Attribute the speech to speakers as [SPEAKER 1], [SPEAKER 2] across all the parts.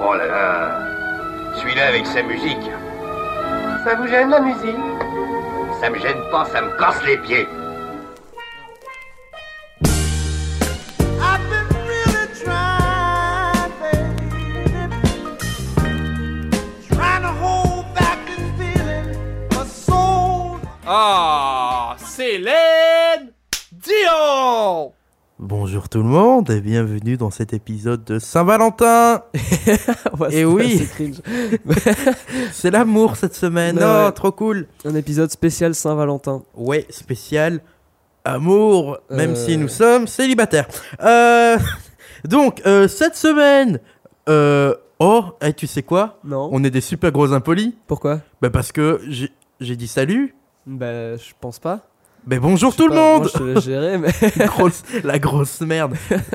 [SPEAKER 1] Oh là là. Celui-là avec sa musique.
[SPEAKER 2] Ça vous gêne la musique
[SPEAKER 1] Ça me gêne pas, ça me casse les pieds.
[SPEAKER 3] I've been really trying, baby. Trying to hold back this feeling, but so
[SPEAKER 4] Ah, Célène Dion
[SPEAKER 5] Bonjour tout le monde et bienvenue dans cet épisode de Saint-Valentin.
[SPEAKER 6] Ouais,
[SPEAKER 5] Eh oui.
[SPEAKER 6] c'est cringe.
[SPEAKER 5] C'est l'amour cette semaine.
[SPEAKER 6] Ouais.
[SPEAKER 5] Oh, trop cool.
[SPEAKER 6] Un épisode spécial Saint-Valentin.
[SPEAKER 5] Ouais, spécial amour, même
[SPEAKER 6] Euh.
[SPEAKER 5] si nous sommes célibataires. Euh, donc, euh, cette semaine, euh, oh, et tu sais quoi
[SPEAKER 6] Non.
[SPEAKER 5] On est des super gros impolis.
[SPEAKER 6] Pourquoi
[SPEAKER 5] Bah parce que j'ai j'ai dit salut.
[SPEAKER 6] Bah, je pense pas.
[SPEAKER 5] Mais bonjour
[SPEAKER 6] Je sais
[SPEAKER 5] tout le
[SPEAKER 6] pas,
[SPEAKER 5] monde
[SPEAKER 6] moi, je te laisse gérer, mais.
[SPEAKER 5] Grosse- La grosse merde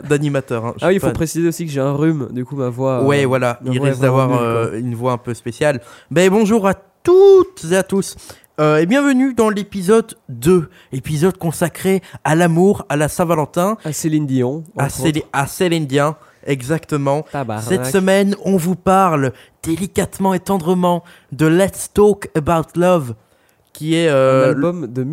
[SPEAKER 5] d'animateur. hein. Je
[SPEAKER 6] Ah oui,
[SPEAKER 5] suis
[SPEAKER 6] il faut
[SPEAKER 5] pas-
[SPEAKER 6] préciser aussi que j'ai un rhume, du coup ma voix. euh,
[SPEAKER 5] Ouais, voilà,
[SPEAKER 6] une
[SPEAKER 5] il
[SPEAKER 6] voix
[SPEAKER 5] risque
[SPEAKER 6] vraiment
[SPEAKER 5] d'avoir
[SPEAKER 6] nulle,
[SPEAKER 5] euh, une voix un peu spéciale. Ben bonjour à toutes et à tous. Euh, et bienvenue dans l'épisode 2, épisode consacré à l'amour, à la Saint-Valentin,
[SPEAKER 6] À Céline Dion.
[SPEAKER 5] à,
[SPEAKER 6] entre autres.
[SPEAKER 5] Célé- à Céline Dion, exactement.
[SPEAKER 6] Tabarnak.
[SPEAKER 5] Cette semaine, on vous parle délicatement et tendrement de Let's Talk About Love, qui est
[SPEAKER 6] Un
[SPEAKER 5] euh,
[SPEAKER 6] album de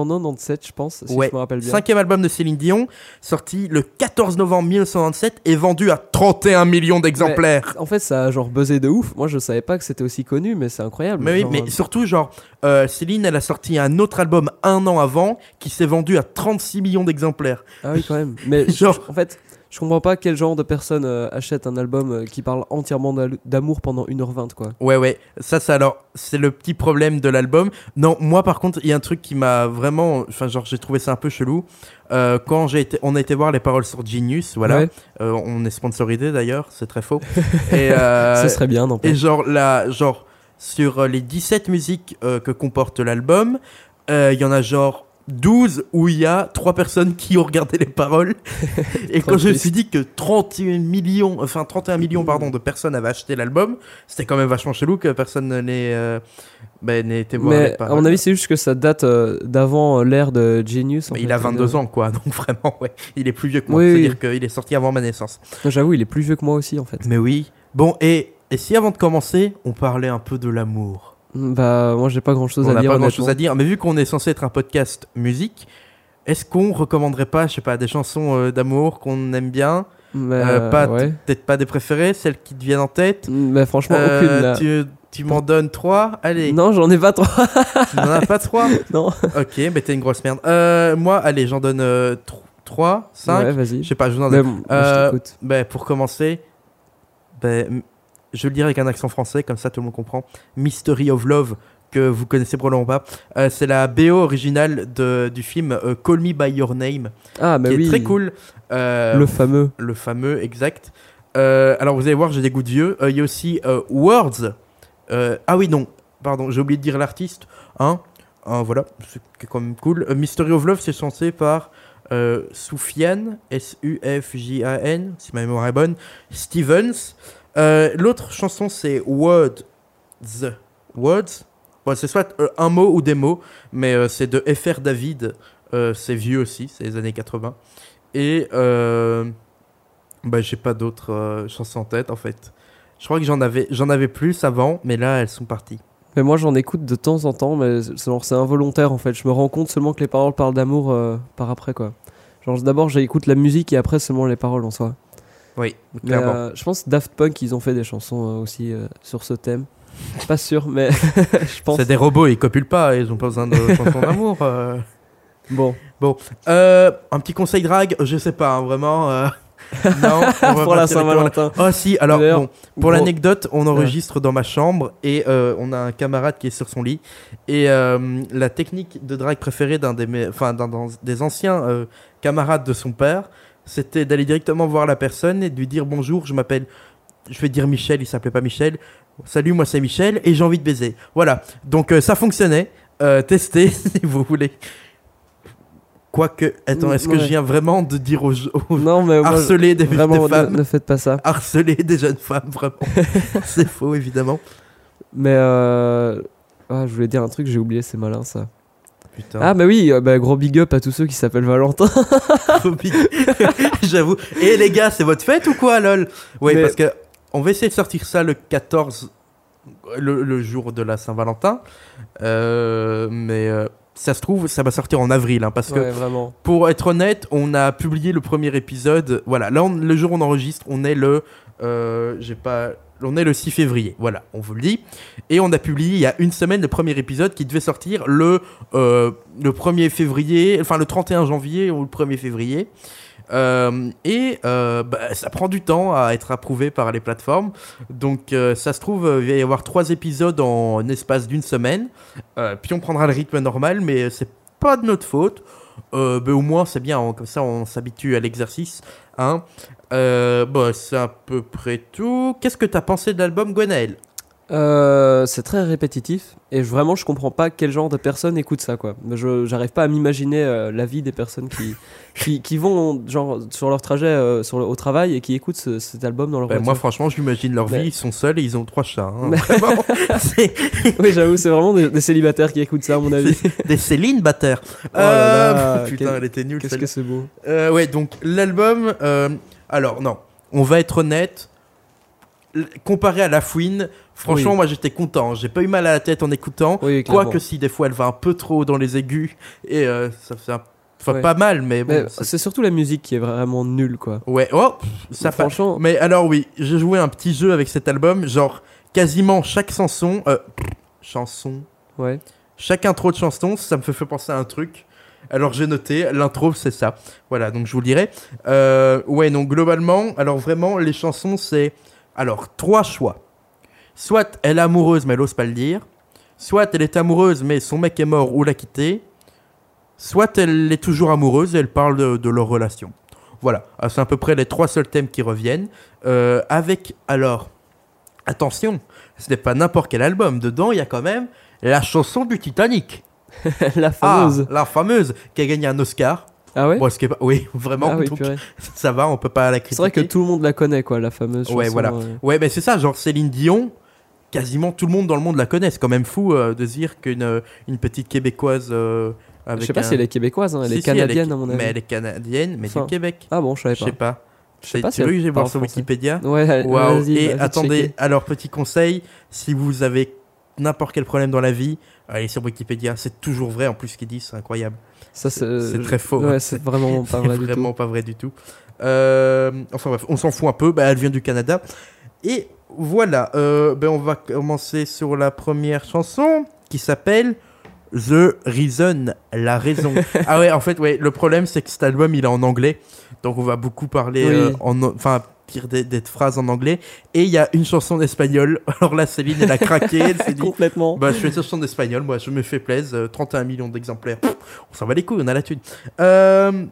[SPEAKER 6] 1997, je pense, si
[SPEAKER 5] Ouais.
[SPEAKER 6] je me rappelle bien.
[SPEAKER 5] Cinquième album de Céline Dion, sorti le 14 novembre 1997 et vendu à 31 millions d'exemplaires.
[SPEAKER 6] En fait, ça a genre buzzé de ouf. Moi, je savais pas que c'était aussi connu, mais c'est incroyable.
[SPEAKER 5] Mais oui,
[SPEAKER 6] Genre,
[SPEAKER 5] mais
[SPEAKER 6] euh,
[SPEAKER 5] surtout, genre, euh, Céline, elle a sorti un autre album un an avant qui s'est vendu à 36 millions d'exemplaires.
[SPEAKER 6] Ah oui, quand même. Mais je-
[SPEAKER 5] Genre-
[SPEAKER 6] en fait, je comprends pas quel genre de personne euh, achète un album euh, qui parle entièrement d'al- d'amour pendant 1h20, quoi.
[SPEAKER 5] Ouais, ouais, ça, ça alors, c'est le petit problème de l'album. Non, moi, par contre, il y a un truc qui m'a vraiment. Enfin, genre, j'ai trouvé ça un peu chelou. Euh, quand j'ai été, on a été voir les paroles sur Genius, voilà.
[SPEAKER 6] Ouais.
[SPEAKER 5] Euh, on est sponsorisé d'ailleurs, c'est très faux. et, euh,
[SPEAKER 6] Ce serait bien, non
[SPEAKER 5] Et genre, la, genre sur euh, les 17 musiques euh, que comporte l'album, euh, il y en a genre 12 où il y a trois personnes qui ont regardé les paroles. et
[SPEAKER 6] Trop
[SPEAKER 5] quand je me
[SPEAKER 6] triste.
[SPEAKER 5] suis dit que 31 millions, enfin 31 millions pardon, de personnes avaient acheté l'album, c'était quand même vachement chelou que personne n'ait euh, ben, n'ait été voir les
[SPEAKER 6] Mais à
[SPEAKER 5] paroles.
[SPEAKER 6] mon avis, c'est juste que ça date euh, d'avant euh, l'ère de Genius. en
[SPEAKER 5] Mais
[SPEAKER 6] fait,
[SPEAKER 5] il a
[SPEAKER 6] et de-
[SPEAKER 5] 22 ans, quoi, donc vraiment, ouais, il est plus vieux que moi.
[SPEAKER 6] Oui, oui.
[SPEAKER 5] C'est-à-dire qu'il est sorti avant ma naissance.
[SPEAKER 6] Non, J'avoue, il est plus vieux que moi aussi, en fait.
[SPEAKER 5] Mais oui. Bon, et, et si avant de commencer, on parlait un peu de l'amour
[SPEAKER 6] Mm, Bah, moi, j'ai pas grand chose
[SPEAKER 5] on
[SPEAKER 6] à
[SPEAKER 5] n'a
[SPEAKER 6] dire.
[SPEAKER 5] pas grand
[SPEAKER 6] honnêtement.
[SPEAKER 5] chose à dire. Mais vu qu'on est censé être un podcast musique, est-ce qu'on recommanderait pas, je sais pas, des chansons euh, d'amour qu'on aime bien
[SPEAKER 6] Mais,
[SPEAKER 5] Euh,
[SPEAKER 6] euh,
[SPEAKER 5] pas t-
[SPEAKER 6] ouais.
[SPEAKER 5] Peut-être pas des préférées, celles qui te viennent en tête
[SPEAKER 6] Mm, Bah, franchement,
[SPEAKER 5] Euh,
[SPEAKER 6] aucune. là.
[SPEAKER 5] Tu, tu m'en donnes trois Allez,
[SPEAKER 6] Non, j'en ai pas trois.
[SPEAKER 5] tu n'en as pas trois
[SPEAKER 6] non.
[SPEAKER 5] Ok, mais t'es une grosse merde. Euh, moi, allez, j'en donne euh, tr- trois, cinq.
[SPEAKER 6] Ouais,
[SPEAKER 5] Je
[SPEAKER 6] vas-y.
[SPEAKER 5] sais pas, je vous en
[SPEAKER 6] Mais
[SPEAKER 5] donne.
[SPEAKER 6] bon,
[SPEAKER 5] Euh,
[SPEAKER 6] je t'écoute.
[SPEAKER 5] Ben, pour commencer, ben, m- je vais le dirai avec un accent français, comme ça tout le monde comprend. Mystery of Love, que vous connaissez probablement pas. Euh, c'est la BO originale de, du film euh, Call Me By Your Name,
[SPEAKER 6] Ah, mais
[SPEAKER 5] qui
[SPEAKER 6] oui.
[SPEAKER 5] est très cool. Euh,
[SPEAKER 6] Le fameux.
[SPEAKER 5] le fameux, exact. Euh, alors vous allez voir, j'ai des goûts de vieux. Euh, Il y a aussi euh, Words. Euh, ah oui, non, pardon, j'ai oublié de dire l'artiste. Hein Hein, voilà, c'est quand même cool. Euh, Mystery of Love, c'est censé par euh, Soufiane, S-U-F-J-A-N, si ma mémoire est bonne, Stevens. Euh, L'autre chanson, c'est Words. Words Bon, c'est soit euh, un mot ou des mots, mais euh, c'est de FR David. Euh, c'est vieux aussi, c'est les années 80. Et euh, bah, j'ai pas d'autres euh, chansons en tête en fait. Je crois que j'en avais, j'en avais plus avant, mais là elles sont parties.
[SPEAKER 6] Mais moi, j'en écoute de temps en temps, mais c'est genre, c'est involontaire en fait. Je me rends compte seulement que les paroles parlent d'amour euh, par après quoi. Genre, d'abord, j'écoute la musique et après seulement les paroles en soi.
[SPEAKER 5] Oui,
[SPEAKER 6] Mais
[SPEAKER 5] clairement.
[SPEAKER 6] euh, je pense Daft Punk, ils ont fait des chansons euh, aussi euh, sur ce thème. Pas sûr, mais je pense.
[SPEAKER 5] C'est des robots, ils copulent pas, ils ont pas besoin de chansons d'amour. euh.
[SPEAKER 6] Bon,
[SPEAKER 5] Euh, un petit conseil drague, je sais pas hein, vraiment. euh, non, on va
[SPEAKER 6] pour la
[SPEAKER 5] partir avec-
[SPEAKER 6] Saint-Valentin.
[SPEAKER 5] Oh si, alors
[SPEAKER 6] D'ailleurs,
[SPEAKER 5] bon, pour
[SPEAKER 6] gros-
[SPEAKER 5] l'anecdote, on enregistre dans ma chambre et euh, on a un camarade qui est sur son lit. Et euh, la technique de drague préférée d'un des, mes- enfin, d'un- d'un- des anciens euh, camarades de son père, c'était d'aller directement voir la personne et de lui dire bonjour, je m'appelle, je vais dire Michel, il s'appelait pas Michel. Salut, moi c'est Michel et j'ai envie de baiser. Voilà, donc euh, ça fonctionnait. Euh, testez si vous voulez. Quoique, attends, est-ce que
[SPEAKER 6] Mmh, Ouais.
[SPEAKER 5] je viens vraiment de dire aux, aux
[SPEAKER 6] Non, mais moi, je-
[SPEAKER 5] harceler des, des
[SPEAKER 6] vraiment, ne,
[SPEAKER 5] femmes
[SPEAKER 6] ne faites pas ça.
[SPEAKER 5] harceler des jeunes femmes, vraiment. c'est faux, évidemment.
[SPEAKER 6] Mais euh, ah, je voulais dire un truc, j'ai oublié, c'est malin ça.
[SPEAKER 5] Putain.
[SPEAKER 6] Ah, mais oui, euh, bah, gros big up à tous ceux qui s'appellent Valentin.
[SPEAKER 5] Trop big. J'avoue. Et les gars, c'est votre fête ou quoi, lol Ouais,
[SPEAKER 6] Mais-
[SPEAKER 5] parce que On va essayer de sortir ça le 14, le, le jour de la Saint-Valentin. Euh, mais euh, ça se trouve, ça va sortir en avril. hein, parce que
[SPEAKER 6] Ouais, vraiment.
[SPEAKER 5] pour être honnête, on a publié le premier épisode. Voilà, là, on- le jour où on enregistre, on est le. euh, J'ai pas. On est le 6 février, voilà, on vous le dit. Et on a publié il y a une semaine le premier épisode qui devait sortir le, euh, le 1er février, enfin le 31 janvier ou le 1er février. Euh, et euh, bah, ça prend du temps à être approuvé par les plateformes. Donc euh, ça se trouve, euh, il va y avoir trois épisodes en espace d'une semaine. Euh, puis on prendra le rythme normal, mais c'est pas de notre faute. Euh, ben, au moins, c'est bien, on- comme ça on s'habitue à l'exercice. Hein. Euh, bah, c'est à peu près tout. Qu'est-ce que t'as pensé de l'album, Gwenaël
[SPEAKER 6] Euh, c'est très répétitif et je- vraiment je comprends pas quel genre de personnes écoutent ça quoi. Mais Je j'arrive pas à m'imaginer euh, la vie des personnes qui, qui qui vont genre sur leur trajet euh, sur le- au travail et qui écoutent ce- cet album dans leur
[SPEAKER 5] Ben, Moi,
[SPEAKER 6] voiture.
[SPEAKER 5] franchement, j'imagine leur
[SPEAKER 6] Mais-
[SPEAKER 5] vie, ils sont seuls et ils ont trois chats. hein.
[SPEAKER 6] Mais-
[SPEAKER 5] Vraiment, c'est
[SPEAKER 6] oui j'avoue c'est vraiment des, des célibataires qui écoutent ça à mon avis.
[SPEAKER 5] des Céline Batter. Euh,
[SPEAKER 6] Oh là là,
[SPEAKER 5] putain,
[SPEAKER 6] quel-
[SPEAKER 5] elle était nulle.
[SPEAKER 6] Qu'est-ce
[SPEAKER 5] celle-là.
[SPEAKER 6] que c'est beau.
[SPEAKER 5] Euh, ouais, donc l'album. euh, alors, non, on va être honnête. l- Comparé à La Fouine, franchement,
[SPEAKER 6] Oui.
[SPEAKER 5] moi j'étais content. J'ai pas eu mal à la tête en écoutant.
[SPEAKER 6] Oui clairement.
[SPEAKER 5] Quoique si des fois elle va un peu trop dans les aigus et euh, ça fait un- enfin,
[SPEAKER 6] Ouais.
[SPEAKER 5] pas mal, mais bon.
[SPEAKER 6] Mais
[SPEAKER 5] ça-
[SPEAKER 6] c'est surtout la musique qui est vraiment nulle quoi.
[SPEAKER 5] Ouais, oh, ça
[SPEAKER 6] Mais franchement-
[SPEAKER 5] passe. Mais alors oui, j'ai joué un petit jeu avec cet album, genre quasiment chaque chanson, euh, chanson,
[SPEAKER 6] Ouais.
[SPEAKER 5] chaque intro de chanson, ça me fait, fait penser à un truc. Alors j'ai noté, l'intro c'est ça. Voilà, donc je vous le dirai. Euh, ouais, donc globalement, alors vraiment, les chansons c'est. Alors, trois choix. Soit elle est amoureuse mais elle ose pas le dire. Soit elle est amoureuse mais son mec est mort ou l'a quittée. Soit elle est toujours amoureuse et elle parle de, de leur relation. Voilà, Ah, c'est à peu près les trois seuls thèmes qui reviennent. Euh, avec, alors, attention, ce n'est pas n'importe quel album. Dedans, il y a quand même la chanson du Titanic.
[SPEAKER 6] la
[SPEAKER 5] Ah,
[SPEAKER 6] fameuse.
[SPEAKER 5] la fameuse, qui a gagné un Oscar.
[SPEAKER 6] Ah, ouais.
[SPEAKER 5] Bon, ce qui est pas- Oui, vraiment.
[SPEAKER 6] Ah oui,
[SPEAKER 5] donc,
[SPEAKER 6] purée.
[SPEAKER 5] ça va, on peut pas la critiquer.
[SPEAKER 6] C'est vrai que tout le monde la connaît quoi la fameuse.
[SPEAKER 5] Ouais,
[SPEAKER 6] chanson,
[SPEAKER 5] voilà.
[SPEAKER 6] euh,
[SPEAKER 5] Ouais, mais c'est ça, genre Céline Dion, quasiment tout le monde dans le monde la connaît. C'est quand même fou euh, de dire qu'une euh, une petite Québécoise. euh, avec
[SPEAKER 6] Je sais pas
[SPEAKER 5] un-
[SPEAKER 6] si elle est québécoise, hein, elle
[SPEAKER 5] Si,
[SPEAKER 6] est
[SPEAKER 5] si,
[SPEAKER 6] canadienne
[SPEAKER 5] est-
[SPEAKER 6] à mon avis.
[SPEAKER 5] Mais elle est canadienne, mais
[SPEAKER 6] Enfin,
[SPEAKER 5] du Québec.
[SPEAKER 6] Ah bon, je savais
[SPEAKER 5] Je sais
[SPEAKER 6] pas.
[SPEAKER 5] pas.
[SPEAKER 6] Je sais
[SPEAKER 5] C'est-
[SPEAKER 6] pas si
[SPEAKER 5] tu veux
[SPEAKER 6] elle
[SPEAKER 5] que j'ai voir
[SPEAKER 6] parle
[SPEAKER 5] sur
[SPEAKER 6] français.
[SPEAKER 5] Wikipédia
[SPEAKER 6] Ouais, allez,
[SPEAKER 5] Waouh.
[SPEAKER 6] hein. vas-y,
[SPEAKER 5] Et
[SPEAKER 6] vas-y,
[SPEAKER 5] attendez,
[SPEAKER 6] checker.
[SPEAKER 5] alors petit conseil, si vous avez n'importe quel problème dans la vie, allez sur Wikipédia, c'est toujours vrai en plus ce qu'ils disent, c'est incroyable.
[SPEAKER 6] Ça, c'est
[SPEAKER 5] c'est très faux, hein.
[SPEAKER 6] Ouais, c'est vraiment pas
[SPEAKER 5] C'est
[SPEAKER 6] vrai du
[SPEAKER 5] vraiment
[SPEAKER 6] tout.
[SPEAKER 5] pas vrai du tout. Euh, enfin bref, on s'en fout un peu, bah, elle vient du Canada. Et voilà, euh, ben, on va commencer sur la première chanson qui s'appelle The Reason, la raison. ah ouais, en fait, ouais, le problème c'est que cet album il est en anglais, donc on va beaucoup parler,
[SPEAKER 6] Oui.
[SPEAKER 5] euh, en, enfin dire des, des phrases en anglais. Et il y a une chanson d'espagnol. Alors là, Céline elle a craqué, elle s'est dit.
[SPEAKER 6] Complètement.
[SPEAKER 5] Bah, je fais une chanson d'espagnol, moi, je me fais plaisir. euh, 31 millions d'exemplaires. Pff, On s'en va les couilles, on a la thune. Euh,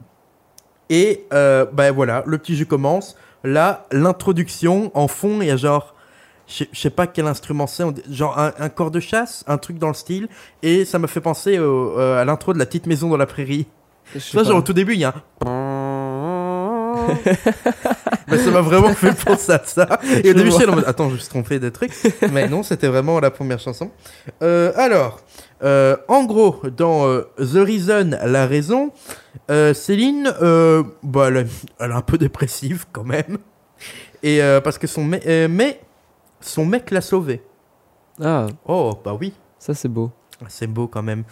[SPEAKER 5] et euh, bah, voilà, le petit jeu commence. Là, l'introduction, en fond, il y a genre. Je sais- je sais pas quel instrument c'est, on dit- genre un, un corps de chasse, un truc dans le style, et ça m'a fait penser au- euh, à l'intro de la petite maison dans la prairie.
[SPEAKER 6] Je
[SPEAKER 5] Tu
[SPEAKER 6] sais
[SPEAKER 5] vois,
[SPEAKER 6] pas.
[SPEAKER 5] genre au tout début, il y a un. Mais ça m'a vraiment fait penser à ça. Et au
[SPEAKER 6] Je
[SPEAKER 5] début,
[SPEAKER 6] vois.
[SPEAKER 5] j'étais là en mode Attends, je me suis trompé des trucs. Mais non, c'était vraiment la première chanson. Euh, alors, euh, en gros, dans euh, The Reason, la raison, euh, Céline, euh, bah, elle, est- elle est un peu dépressive quand même. Et euh, parce que son, me- euh, mais son mec l'a sauvée.
[SPEAKER 6] Ah,
[SPEAKER 5] Oh, bah oui.
[SPEAKER 6] ça, c'est beau.
[SPEAKER 5] C'est beau quand même.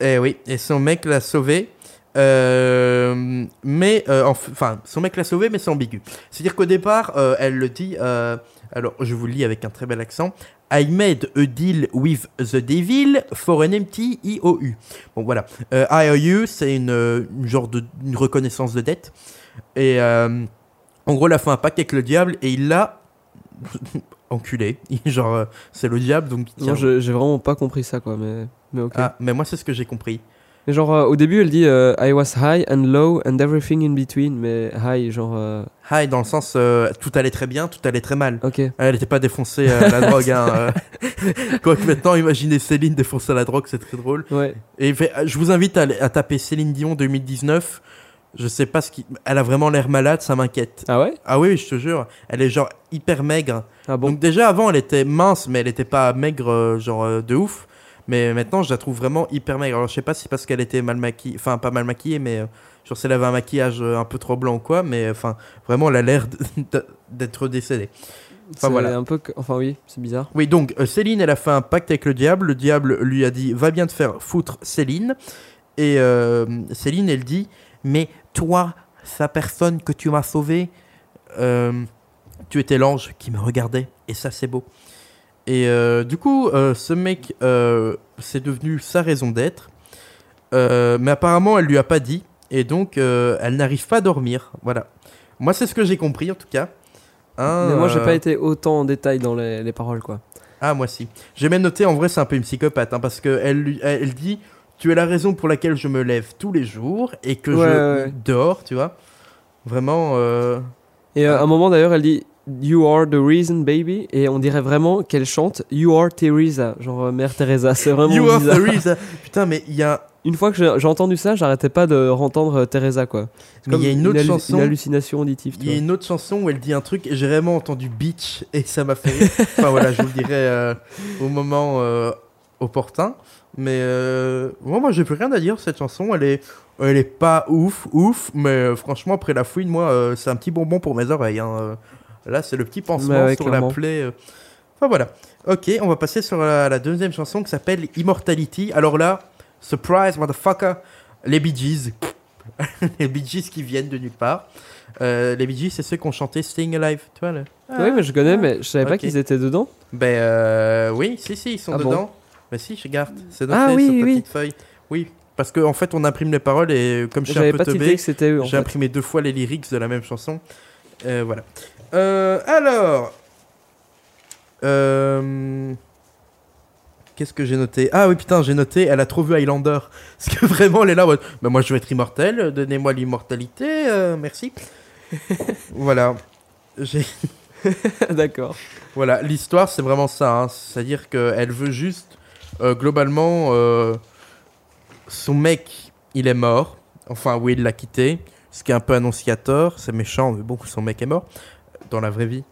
[SPEAKER 5] Et oui, et son mec l'a sauvé. euh, mais euh, enf- enfin, son mec l'a sauvé, mais c'est ambigu. C'est-à-dire qu'au départ, euh, elle le dit. euh, alors, je vous le lis avec un très bel accent. I made a deal with the devil for an empty IOU. Bon, voilà. Euh, IOU, c'est une, euh, une genre de une reconnaissance de dette. Et euh, en gros, elle a fait un pacte avec le diable et il l'a enculé. genre, euh, c'est le diable, donc.
[SPEAKER 6] Non,
[SPEAKER 5] tiens.
[SPEAKER 6] je- j'ai vraiment pas compris ça, quoi, mais, mais ok.
[SPEAKER 5] Ah, mais moi, c'est ce que j'ai compris.
[SPEAKER 6] Mais genre, euh, au début, elle dit euh, I was high and low and everything in between, mais high, genre. euh,
[SPEAKER 5] High dans le sens euh, tout allait très bien, tout allait très mal.
[SPEAKER 6] Ok.
[SPEAKER 5] Elle n'était pas défoncée à la drogue. Hein, euh. Quoique maintenant, imaginez Céline défoncée à la drogue, c'est très drôle.
[SPEAKER 6] Ouais.
[SPEAKER 5] Et fait- euh, je vous invite à, aller- à taper Céline Dion 2019. Je sais pas ce qui. Elle a vraiment l'air malade, ça m'inquiète.
[SPEAKER 6] Ah ouais
[SPEAKER 5] Ah oui, oui, je te jure. Elle est genre hyper maigre.
[SPEAKER 6] Ah bon
[SPEAKER 5] Donc déjà avant, elle était mince, mais elle n'était pas maigre, euh, genre euh, de ouf. Mais maintenant, je la trouve vraiment hyper maigre. Alors je sais pas si c'est parce qu'elle était mal maquillée, enfin pas mal maquillée, mais euh, genre si elle avait un maquillage euh, un peu trop blanc ou quoi, mais euh, enfin vraiment, elle a l'air de- de- d'être décédée. Enfin, voilà.
[SPEAKER 6] C'est un peu que- Enfin, oui, c'est bizarre.
[SPEAKER 5] Oui, donc euh, Céline, elle a fait un pacte avec le diable. Le diable lui a dit Va bien te faire foutre, Céline. Et euh, Céline, elle dit Mais toi, sa personne que tu m'as sauvée, euh, tu étais l'ange qui me regardait. Et ça, c'est beau. Et euh, du coup, euh, ce mec, euh, c'est devenu sa raison d'être. Euh, mais apparemment, elle lui a pas dit. Et donc, euh, elle n'arrive pas à dormir. Voilà. Moi, c'est ce que j'ai compris, en tout cas. Hein,
[SPEAKER 6] Mais moi, j'ai
[SPEAKER 5] euh,
[SPEAKER 6] pas été autant en détail dans les, les paroles, quoi.
[SPEAKER 5] ah, moi si. J'ai même noté, en vrai, c'est un peu une psychopathe, hein, parce qu'elle elle, elle dit Tu es la raison pour laquelle je me lève tous les jours et que
[SPEAKER 6] Ouais,
[SPEAKER 5] je
[SPEAKER 6] ouais, ouais.
[SPEAKER 5] dors, tu vois. Vraiment. euh,
[SPEAKER 6] Et euh, à un moment, d'ailleurs, elle dit You are the reason, baby. Et on dirait vraiment qu'elle chante You are Teresa. Genre, euh, Mère Teresa. C'est vraiment
[SPEAKER 5] You are
[SPEAKER 6] bizarre.
[SPEAKER 5] the reason. Putain, mais il y a,
[SPEAKER 6] Une fois que j'ai j'ai entendu ça, j'arrêtais pas de entendre Teresa, quoi. C'est
[SPEAKER 5] mais il y a une autre
[SPEAKER 6] hallu-
[SPEAKER 5] chanson.
[SPEAKER 6] Une hallucination auditive, tu
[SPEAKER 5] il y a
[SPEAKER 6] vois.
[SPEAKER 5] une autre chanson où elle dit un truc et j'ai vraiment entendu bitch et ça m'a fait rire. enfin voilà, je vous le dirai euh, au moment euh, opportun. Mais euh, moi, moi j'ai plus rien à dire. Cette chanson, elle est, elle est pas ouf, ouf. Mais euh, franchement, après la fouine, moi, euh, c'est un petit bonbon pour mes oreilles. hein, euh. Là, c'est le petit pansement
[SPEAKER 6] Bah ouais,
[SPEAKER 5] sur
[SPEAKER 6] clairement.
[SPEAKER 5] la plaie. euh. Enfin voilà. Ok, on va passer sur la, la deuxième chanson qui s'appelle Immortality. Alors là, surprise, motherfucker, les Bee Gees. les Bee Gees qui viennent de nulle part. Euh, les Bee Gees, c'est ceux qui ont chanté Staying Alive, tu vois. le-
[SPEAKER 6] Oui, mais je connais, mais je savais pas
[SPEAKER 5] Ah. Ok.
[SPEAKER 6] qu'ils étaient dedans.
[SPEAKER 5] Ben euh, oui, si, si, ils sont
[SPEAKER 6] Ah bon
[SPEAKER 5] dedans. Mais si, je regarde, c'est noté
[SPEAKER 6] Ah oui,
[SPEAKER 5] sur
[SPEAKER 6] oui,
[SPEAKER 5] ta
[SPEAKER 6] oui.
[SPEAKER 5] petite feuille. Oui, parce qu'en en fait, on imprime les paroles et comme je suis un
[SPEAKER 6] J'avais
[SPEAKER 5] peu
[SPEAKER 6] pas tilté
[SPEAKER 5] teubé,
[SPEAKER 6] que c'était eux, en
[SPEAKER 5] j'ai
[SPEAKER 6] fait.
[SPEAKER 5] imprimé deux fois les lyrics de la même chanson. Euh, voilà. Euh, alors. Euh, Qu'est-ce que j'ai noté Ah oui, putain, j'ai noté, elle a trop vu Highlander. Parce que vraiment, elle est là, en mode, bah, moi je veux être immortel, euh, donnez-moi l'immortalité, euh, merci. voilà. J'ai.
[SPEAKER 6] D'accord.
[SPEAKER 5] Voilà, l'histoire c'est vraiment ça, hein. c'est-à-dire qu'elle veut juste, euh, globalement, euh, son mec, il est mort, enfin oui, il l'a quitté, ce qui est un peu annonciateur, c'est méchant, mais bon, son mec est mort, dans la vraie vie.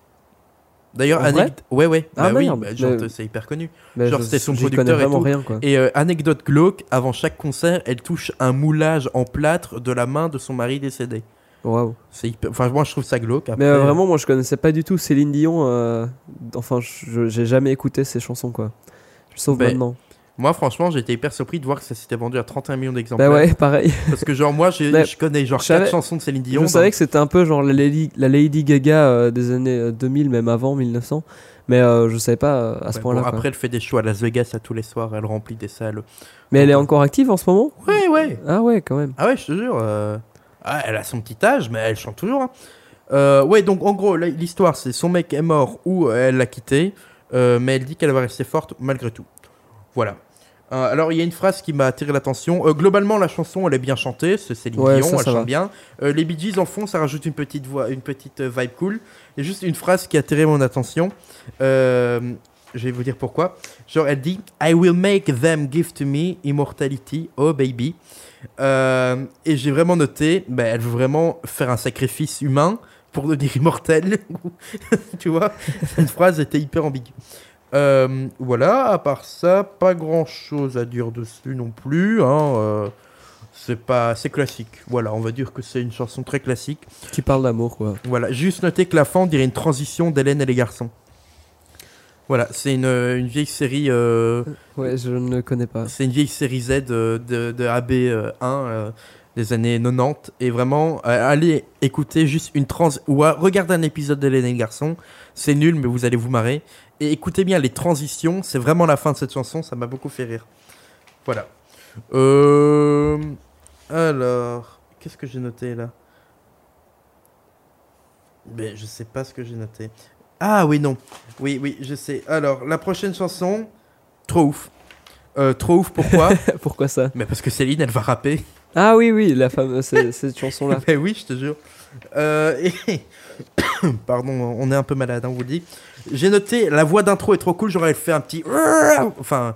[SPEAKER 5] D'ailleurs,
[SPEAKER 6] En vrai
[SPEAKER 5] anecdote... Ouais, ouais,
[SPEAKER 6] Ah,
[SPEAKER 5] bah oui,
[SPEAKER 6] merde.
[SPEAKER 5] bah, genre,
[SPEAKER 6] Mais-
[SPEAKER 5] c'est hyper connu.
[SPEAKER 6] Mais
[SPEAKER 5] Genre,
[SPEAKER 6] je-
[SPEAKER 5] c'était son
[SPEAKER 6] j'y connais
[SPEAKER 5] producteur et
[SPEAKER 6] vraiment
[SPEAKER 5] tout.
[SPEAKER 6] rien, quoi.
[SPEAKER 5] Et euh, anecdote glauque, avant chaque concert, elle touche un moulage en plâtre de la main de son mari décédé.
[SPEAKER 6] Waouh.
[SPEAKER 5] C'est hyper... Enfin, moi je trouve ça glauque.
[SPEAKER 6] Mais
[SPEAKER 5] après,
[SPEAKER 6] euh, vraiment, moi je connaissais pas du tout Céline Dion. euh, Enfin, je- j'ai jamais écouté ses chansons quoi. Sauf
[SPEAKER 5] Mais-
[SPEAKER 6] maintenant.
[SPEAKER 5] Moi franchement, j'étais hyper surpris de voir que ça s'était vendu à 31 millions
[SPEAKER 6] Bah
[SPEAKER 5] d'exemplaires.
[SPEAKER 6] ouais, pareil.
[SPEAKER 5] Parce que genre moi j'ai-
[SPEAKER 6] Mais
[SPEAKER 5] je connais genre
[SPEAKER 6] je savais-
[SPEAKER 5] quatre chansons de Céline Dion.
[SPEAKER 6] je savais que c'était un peu genre la Lady, la Lady Gaga euh, des années euh, 2000, même avant 1900. Mais euh, je savais pas euh, à ce
[SPEAKER 5] Ouais,
[SPEAKER 6] point-là.
[SPEAKER 5] bon,
[SPEAKER 6] quoi.
[SPEAKER 5] après elle fait des shows à Las Vegas à tous les soirs, elle remplit des salles.
[SPEAKER 6] Mais elle est encore active en ce moment
[SPEAKER 5] Ouais ouais.
[SPEAKER 6] Ah ouais, quand même.
[SPEAKER 5] Ah ouais je te jure. euh, ah, elle a son petit âge mais elle chante toujours. hein. Euh, ouais donc en gros la- l'histoire c'est son mec est mort ou euh, elle l'a quitté euh, mais elle dit qu'elle va rester forte malgré tout. Voilà. Euh, alors il y a une phrase qui m'a attiré l'attention. Euh, globalement la chanson elle est bien chantée, c'est Céline
[SPEAKER 6] Ouais,
[SPEAKER 5] Dion,
[SPEAKER 6] ça, ça
[SPEAKER 5] elle chante
[SPEAKER 6] va.
[SPEAKER 5] bien. Euh, les Bee Gees en fond ça rajoute une petite voix, une petite euh, vibe cool. Il y a juste une phrase qui a attiré mon attention. Euh, je vais vous dire pourquoi. Genre, elle dit I will make them give to me immortality, oh baby. Euh, et j'ai vraiment noté, bah, elle veut vraiment faire un sacrifice humain pour devenir immortelle. tu vois, cette phrase était hyper ambiguë. Euh, voilà, à part ça, pas grand chose à dire dessus non plus. hein, euh, c'est pas, c'est classique. Voilà, on va dire que c'est une chanson très classique.
[SPEAKER 6] Qui parle d'amour quoi.
[SPEAKER 5] Voilà, juste noter que la fin, on dirait une transition d'Hélène et les garçons. Voilà, c'est une, une vieille série, euh,
[SPEAKER 6] Ouais, je ne connais pas.
[SPEAKER 5] c'est une vieille série Z euh, de, de AB1 euh, des années 90 et vraiment euh, allez écouter juste une trans ou à- regardez un épisode d'Hélène et les garçons, c'est nul mais vous allez vous marrer et écoutez bien les transitions, c'est vraiment la fin de cette chanson, ça m'a beaucoup fait rire. Voilà. Euh, alors, qu'est-ce que j'ai noté là Mais je sais pas ce que j'ai noté. Ah oui, non. Oui, oui, je sais. Alors, la prochaine chanson, trop ouf. Euh, trop ouf, pourquoi
[SPEAKER 6] Pourquoi ça
[SPEAKER 5] Mais parce que Céline, elle va rapper.
[SPEAKER 6] Ah oui, oui, la fameuse c'est- cette chanson là.
[SPEAKER 5] Ben oui, je te jure. Euh, et- Pardon, on est un peu malade, hein, on vous le dit. J'ai noté, la voix d'intro est trop cool, j'aurais fait un petit... Enfin,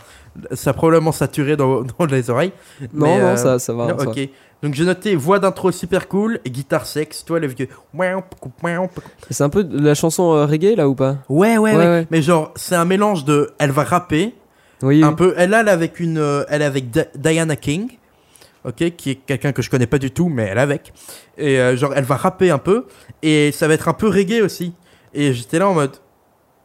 [SPEAKER 5] ça a probablement saturé dans, dans les oreilles.
[SPEAKER 6] Non,
[SPEAKER 5] Mais,
[SPEAKER 6] non,
[SPEAKER 5] euh,
[SPEAKER 6] ça, ça va.
[SPEAKER 5] Non,
[SPEAKER 6] ça va.
[SPEAKER 5] ok. Donc j'ai noté voix d'intro super cool, et guitare sexe, toi le vieux. Ouais,
[SPEAKER 6] C'est un peu de la chanson euh, reggae là ou pas
[SPEAKER 5] ouais, ouais.
[SPEAKER 6] Ouais, ouais.
[SPEAKER 5] Mais genre, c'est un mélange de... Elle va rapper,
[SPEAKER 6] Oui,
[SPEAKER 5] un
[SPEAKER 6] oui.
[SPEAKER 5] peu elle elle avec une euh, elle est avec Di- Diana King ok qui est quelqu'un que je connais pas du tout mais elle est avec et euh, genre elle va rapper un peu et ça va être un peu reggae aussi et j'étais là en mode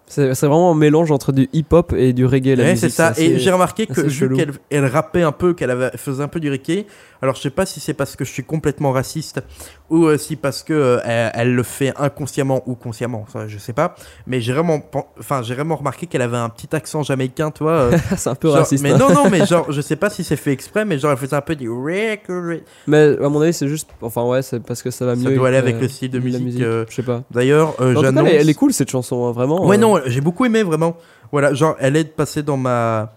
[SPEAKER 6] C'est c'est vraiment un mélange entre du hip-hop et du reggae. la
[SPEAKER 5] Ouais,
[SPEAKER 6] musique,
[SPEAKER 5] c'est ça.
[SPEAKER 6] assez-
[SPEAKER 5] Et j'ai remarqué que
[SPEAKER 6] assez
[SPEAKER 5] vu
[SPEAKER 6] chelou.
[SPEAKER 5] qu'elle elle rappait un peu, qu'elle avait- faisait un peu du reggae, alors je sais pas si c'est parce que je suis complètement raciste ou euh, si parce que euh, elle, elle le fait inconsciemment ou consciemment, ça, je sais pas. Mais j'ai vraiment, pen- enfin j'ai vraiment remarqué qu'elle avait un petit accent jamaïcain, toi. euh,
[SPEAKER 6] c'est un peu
[SPEAKER 5] genre-
[SPEAKER 6] raciste.
[SPEAKER 5] mais
[SPEAKER 6] hein.
[SPEAKER 5] non, non, mais genre je sais pas si c'est fait exprès, mais genre elle faisait un peu du reggae.
[SPEAKER 6] Mais à mon avis, c'est juste. Enfin, ouais, c'est parce que ça va
[SPEAKER 5] Ça
[SPEAKER 6] mieux.
[SPEAKER 5] doit aller
[SPEAKER 6] que-
[SPEAKER 5] avec le style de
[SPEAKER 6] la
[SPEAKER 5] musique, euh,
[SPEAKER 6] Je sais pas.
[SPEAKER 5] D'ailleurs, euh,
[SPEAKER 6] En tout cas,
[SPEAKER 5] j'annonce.
[SPEAKER 6] elle, elle est cool cette chanson, hein, vraiment.
[SPEAKER 5] Ouais,
[SPEAKER 6] euh,
[SPEAKER 5] non, j'ai beaucoup aimé vraiment. Voilà, genre elle est passée dans ma,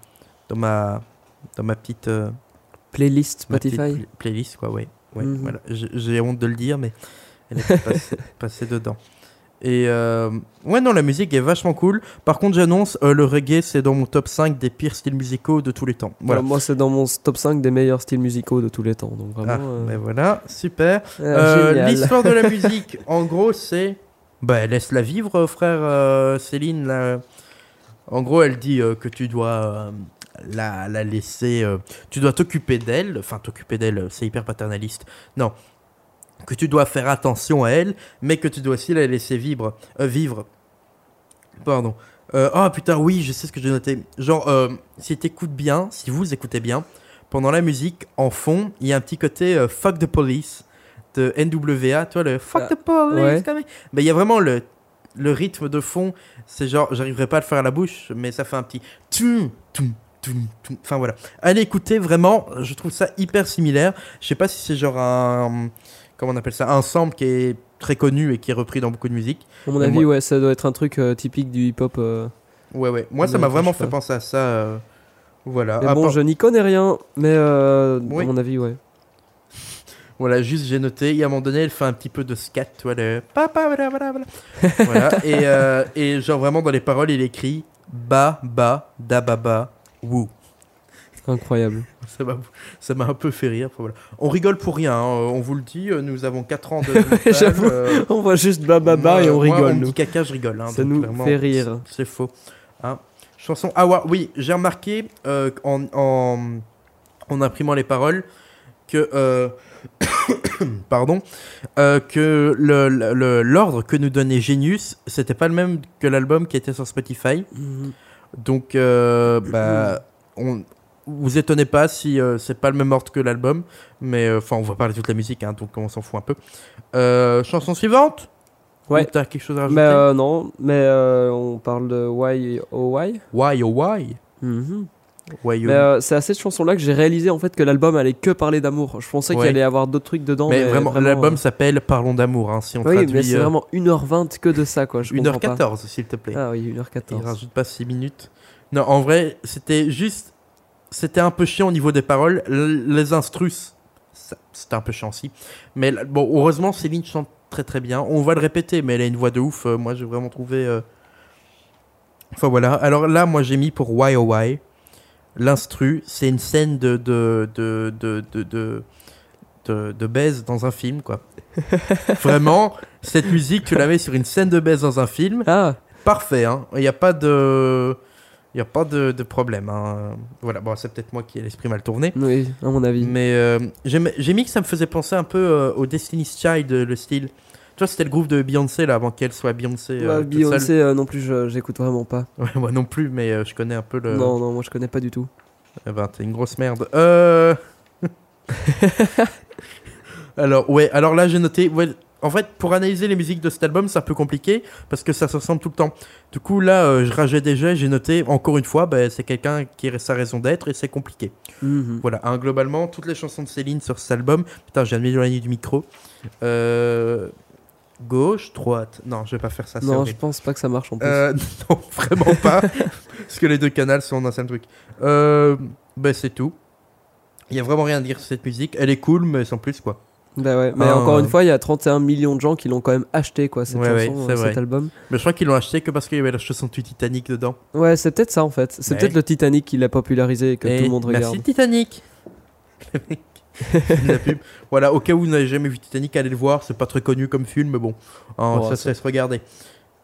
[SPEAKER 5] dans ma, dans ma petite. euh,
[SPEAKER 6] Playlist
[SPEAKER 5] ma petite
[SPEAKER 6] Spotify.
[SPEAKER 5] pla- playlist, quoi, ouais. ouais
[SPEAKER 6] Mhm.
[SPEAKER 5] voilà. J'ai- J'ai honte de le dire, mais elle est passée, passée dedans. Et euh, ouais, non, la musique est vachement cool. Par contre, j'annonce, euh, le reggae, c'est dans mon top 5 des pires styles musicaux de tous les temps. Voilà.
[SPEAKER 6] Alors, moi, c'est dans mon top 5 des meilleurs styles musicaux de tous les temps. Donc, vraiment.
[SPEAKER 5] Ah,
[SPEAKER 6] euh,
[SPEAKER 5] ben voilà, super.
[SPEAKER 6] euh,
[SPEAKER 5] Euh,
[SPEAKER 6] génial.
[SPEAKER 5] L'histoire de la musique, en gros, c'est. Bah, laisse-la vivre, euh, frère euh, Céline. là. En gros, elle dit euh, que tu dois euh, la, la laisser. euh, tu dois t'occuper d'elle. Enfin, t'occuper d'elle, euh, c'est hyper paternaliste. Non. Que tu dois faire attention à elle, mais que tu dois aussi la laisser vivre. euh, vivre. Pardon. Euh, Ah putain, oui, je sais ce que j'ai noté. Genre, euh, si t'écoutes bien, si vous écoutez bien, pendant la musique, en fond, il y a un petit côté euh, fuck the police de NWA. Toi, le fuck
[SPEAKER 6] Ah,
[SPEAKER 5] the police,
[SPEAKER 6] ouais.
[SPEAKER 5] quand même. Mais il y a vraiment le, le rythme de fond. C'est genre, j'arriverai pas à le faire à la bouche, mais ça fait un petit tum, tum, tum, tum. Enfin voilà. Allez écouter, vraiment, je trouve ça hyper similaire. Je sais pas si c'est genre un. Comment on appelle ça Un sample qui est très connu et qui est repris dans beaucoup de musique.
[SPEAKER 6] À mon
[SPEAKER 5] Mais
[SPEAKER 6] avis,
[SPEAKER 5] moi-
[SPEAKER 6] ouais, ça doit être un truc euh, typique du hip-hop. euh.
[SPEAKER 5] Ouais, ouais. Moi, ça
[SPEAKER 6] Mais
[SPEAKER 5] m'a
[SPEAKER 6] je
[SPEAKER 5] vraiment
[SPEAKER 6] sais
[SPEAKER 5] fait
[SPEAKER 6] pas.
[SPEAKER 5] penser à ça. euh, Voilà.
[SPEAKER 6] Mais
[SPEAKER 5] À
[SPEAKER 6] bon,
[SPEAKER 5] part-
[SPEAKER 6] je n'y connais rien. Mais euh,
[SPEAKER 5] Oui.
[SPEAKER 6] à mon avis, ouais.
[SPEAKER 5] Voilà, juste j'ai noté. Et à un moment donné, elle fait un petit peu de scat, tu vois, le papa, voilà, voilà, voilà. Voilà. Et, euh, et genre vraiment dans les paroles, il écrit ba ba da ba ba wou.
[SPEAKER 6] Incroyable.
[SPEAKER 5] Ça m'a- ça m'a un peu fait rire. enfin, voilà. On rigole pour rien, hein, on vous le dit. euh, Nous avons 4 ans de. montage,
[SPEAKER 6] J'avoue.
[SPEAKER 5] euh,
[SPEAKER 6] on voit juste bababa et on
[SPEAKER 5] moi,
[SPEAKER 6] rigole,
[SPEAKER 5] on me
[SPEAKER 6] nous.
[SPEAKER 5] dit caca, je rigole. hein,
[SPEAKER 6] Ça
[SPEAKER 5] donc
[SPEAKER 6] nous
[SPEAKER 5] clairement,
[SPEAKER 6] fait rire.
[SPEAKER 5] C'est faux. hein. Chanson. Ah ouais, oui, j'ai remarqué euh, en, en, en imprimant les paroles que. euh, pardon. euh, que l'ordre le, le- l'ordre que nous donnait Genius, c'était pas le même que l'album qui était sur Spotify.
[SPEAKER 6] Mhm.
[SPEAKER 5] Donc, euh, bah, on, vous étonnez pas si euh, c'est pas le même ordre que l'album, mais euh, enfin, on va parler de toute la musique, hein, donc on s'en fout un peu. Euh, chanson suivante
[SPEAKER 6] Ouais.
[SPEAKER 5] Ou T'as quelque chose à
[SPEAKER 6] Mais
[SPEAKER 5] rajouter
[SPEAKER 6] euh, non, mais euh, on parle de Why Oh Why.
[SPEAKER 5] Why oh why
[SPEAKER 6] Mhm.
[SPEAKER 5] Why oh. you-
[SPEAKER 6] Mais euh, c'est à cette chanson-là que j'ai réalisé en fait que l'album allait que parler d'amour. Je pensais
[SPEAKER 5] Ouais.
[SPEAKER 6] qu'il allait y avoir d'autres trucs dedans.
[SPEAKER 5] Mais
[SPEAKER 6] Mais,
[SPEAKER 5] vraiment, l'album s'appelle Parlons d'amour, hein, si on
[SPEAKER 6] euh, Oui, mais
[SPEAKER 5] traduit.
[SPEAKER 6] c'est
[SPEAKER 5] euh,
[SPEAKER 6] vraiment 1h20 que de ça quoi. Je comprends pas.
[SPEAKER 5] 1h14, s'il te plaît.
[SPEAKER 6] Ah oui,
[SPEAKER 5] Il
[SPEAKER 6] 1h14.
[SPEAKER 5] rajoute pas 6 minutes. Non, en vrai, c'était juste. C'était un peu chiant au niveau des paroles. L- les instrus, ça- c'était un peu chiant aussi. Mais là- bon, heureusement, Céline chante très très bien. On va le répéter, mais elle a une voix de ouf. Euh, moi, j'ai vraiment trouvé. euh, Enfin voilà. Alors là, moi, j'ai mis pour Why Oh Why. L'instru, c'est une scène de. de. de. de. de. de, de- de baise dans un film, quoi. Vraiment, cette musique, tu la mets sur une scène de baise dans un film
[SPEAKER 6] Ah,
[SPEAKER 5] parfait. hein. Il n'y a pas de, il y a pas de, de problème. hein. Voilà, bon, c'est peut-être moi qui ai l'esprit mal tourné.
[SPEAKER 6] oui, à mon avis.
[SPEAKER 5] Mais euh, j'aime- j'ai mis que ça me faisait penser un peu euh, au Destiny's Child, euh, le style. Tu vois, c'était le groupe de Beyoncé là, avant qu'elle soit Beyoncé. euh,
[SPEAKER 6] Ouais,
[SPEAKER 5] toute seule.
[SPEAKER 6] Beyoncé euh, non plus, je- j'écoute vraiment pas.
[SPEAKER 5] Ouais, moi non plus, mais euh, je connais un peu le.
[SPEAKER 6] Non, non, moi je connais pas du tout.
[SPEAKER 5] Eh ben, t'es une grosse merde. Euh... alors, ouais, alors là, j'ai noté. ouais, en fait, pour analyser les musiques de cet album, c'est un peu compliqué parce que ça se ressemble tout le temps. Du coup, là, euh, je rageais déjà, j'ai noté, encore une fois, bah, c'est quelqu'un qui a sa raison d'être et c'est compliqué.
[SPEAKER 6] Mhm.
[SPEAKER 5] Voilà, hein, globalement, toutes les chansons de Céline sur cet album. Putain, j'ai m'éloigner du micro. Euh, Gauche, droite. Non, je vais pas faire ça. c'est
[SPEAKER 6] non,
[SPEAKER 5] horrible.
[SPEAKER 6] je pense pas que ça marche en plus.
[SPEAKER 5] Euh, non, vraiment pas. parce que les deux canals sont dans un seul truc. Euh, ben, c'est tout. Il y a vraiment rien à dire sur cette musique. Elle est cool, mais sans plus, quoi.
[SPEAKER 6] Bah ouais, mais
[SPEAKER 5] euh,
[SPEAKER 6] encore une fois, il y a 31 millions de gens qui l'ont quand même acheté quoi cette
[SPEAKER 5] Ouais, ouais,
[SPEAKER 6] chanson,
[SPEAKER 5] c'est
[SPEAKER 6] euh,
[SPEAKER 5] vrai.
[SPEAKER 6] cet album.
[SPEAKER 5] Mais je crois qu'ils l'ont acheté que parce qu'il y avait la chanson du Titanic dedans.
[SPEAKER 6] Ouais, c'est peut-être ça en fait. C'est
[SPEAKER 5] Ouais.
[SPEAKER 6] peut-être le Titanic qui l'a popularisé et que
[SPEAKER 5] Et
[SPEAKER 6] tout le monde regarde.
[SPEAKER 5] Merci Titanic Le mec, il fait de la pub. Voilà, au cas où vous n'avez jamais vu Titanic, allez le voir. C'est pas très connu comme film, mais bon, hein,
[SPEAKER 6] Oh,
[SPEAKER 5] ça
[SPEAKER 6] ça-
[SPEAKER 5] se laisse regarder.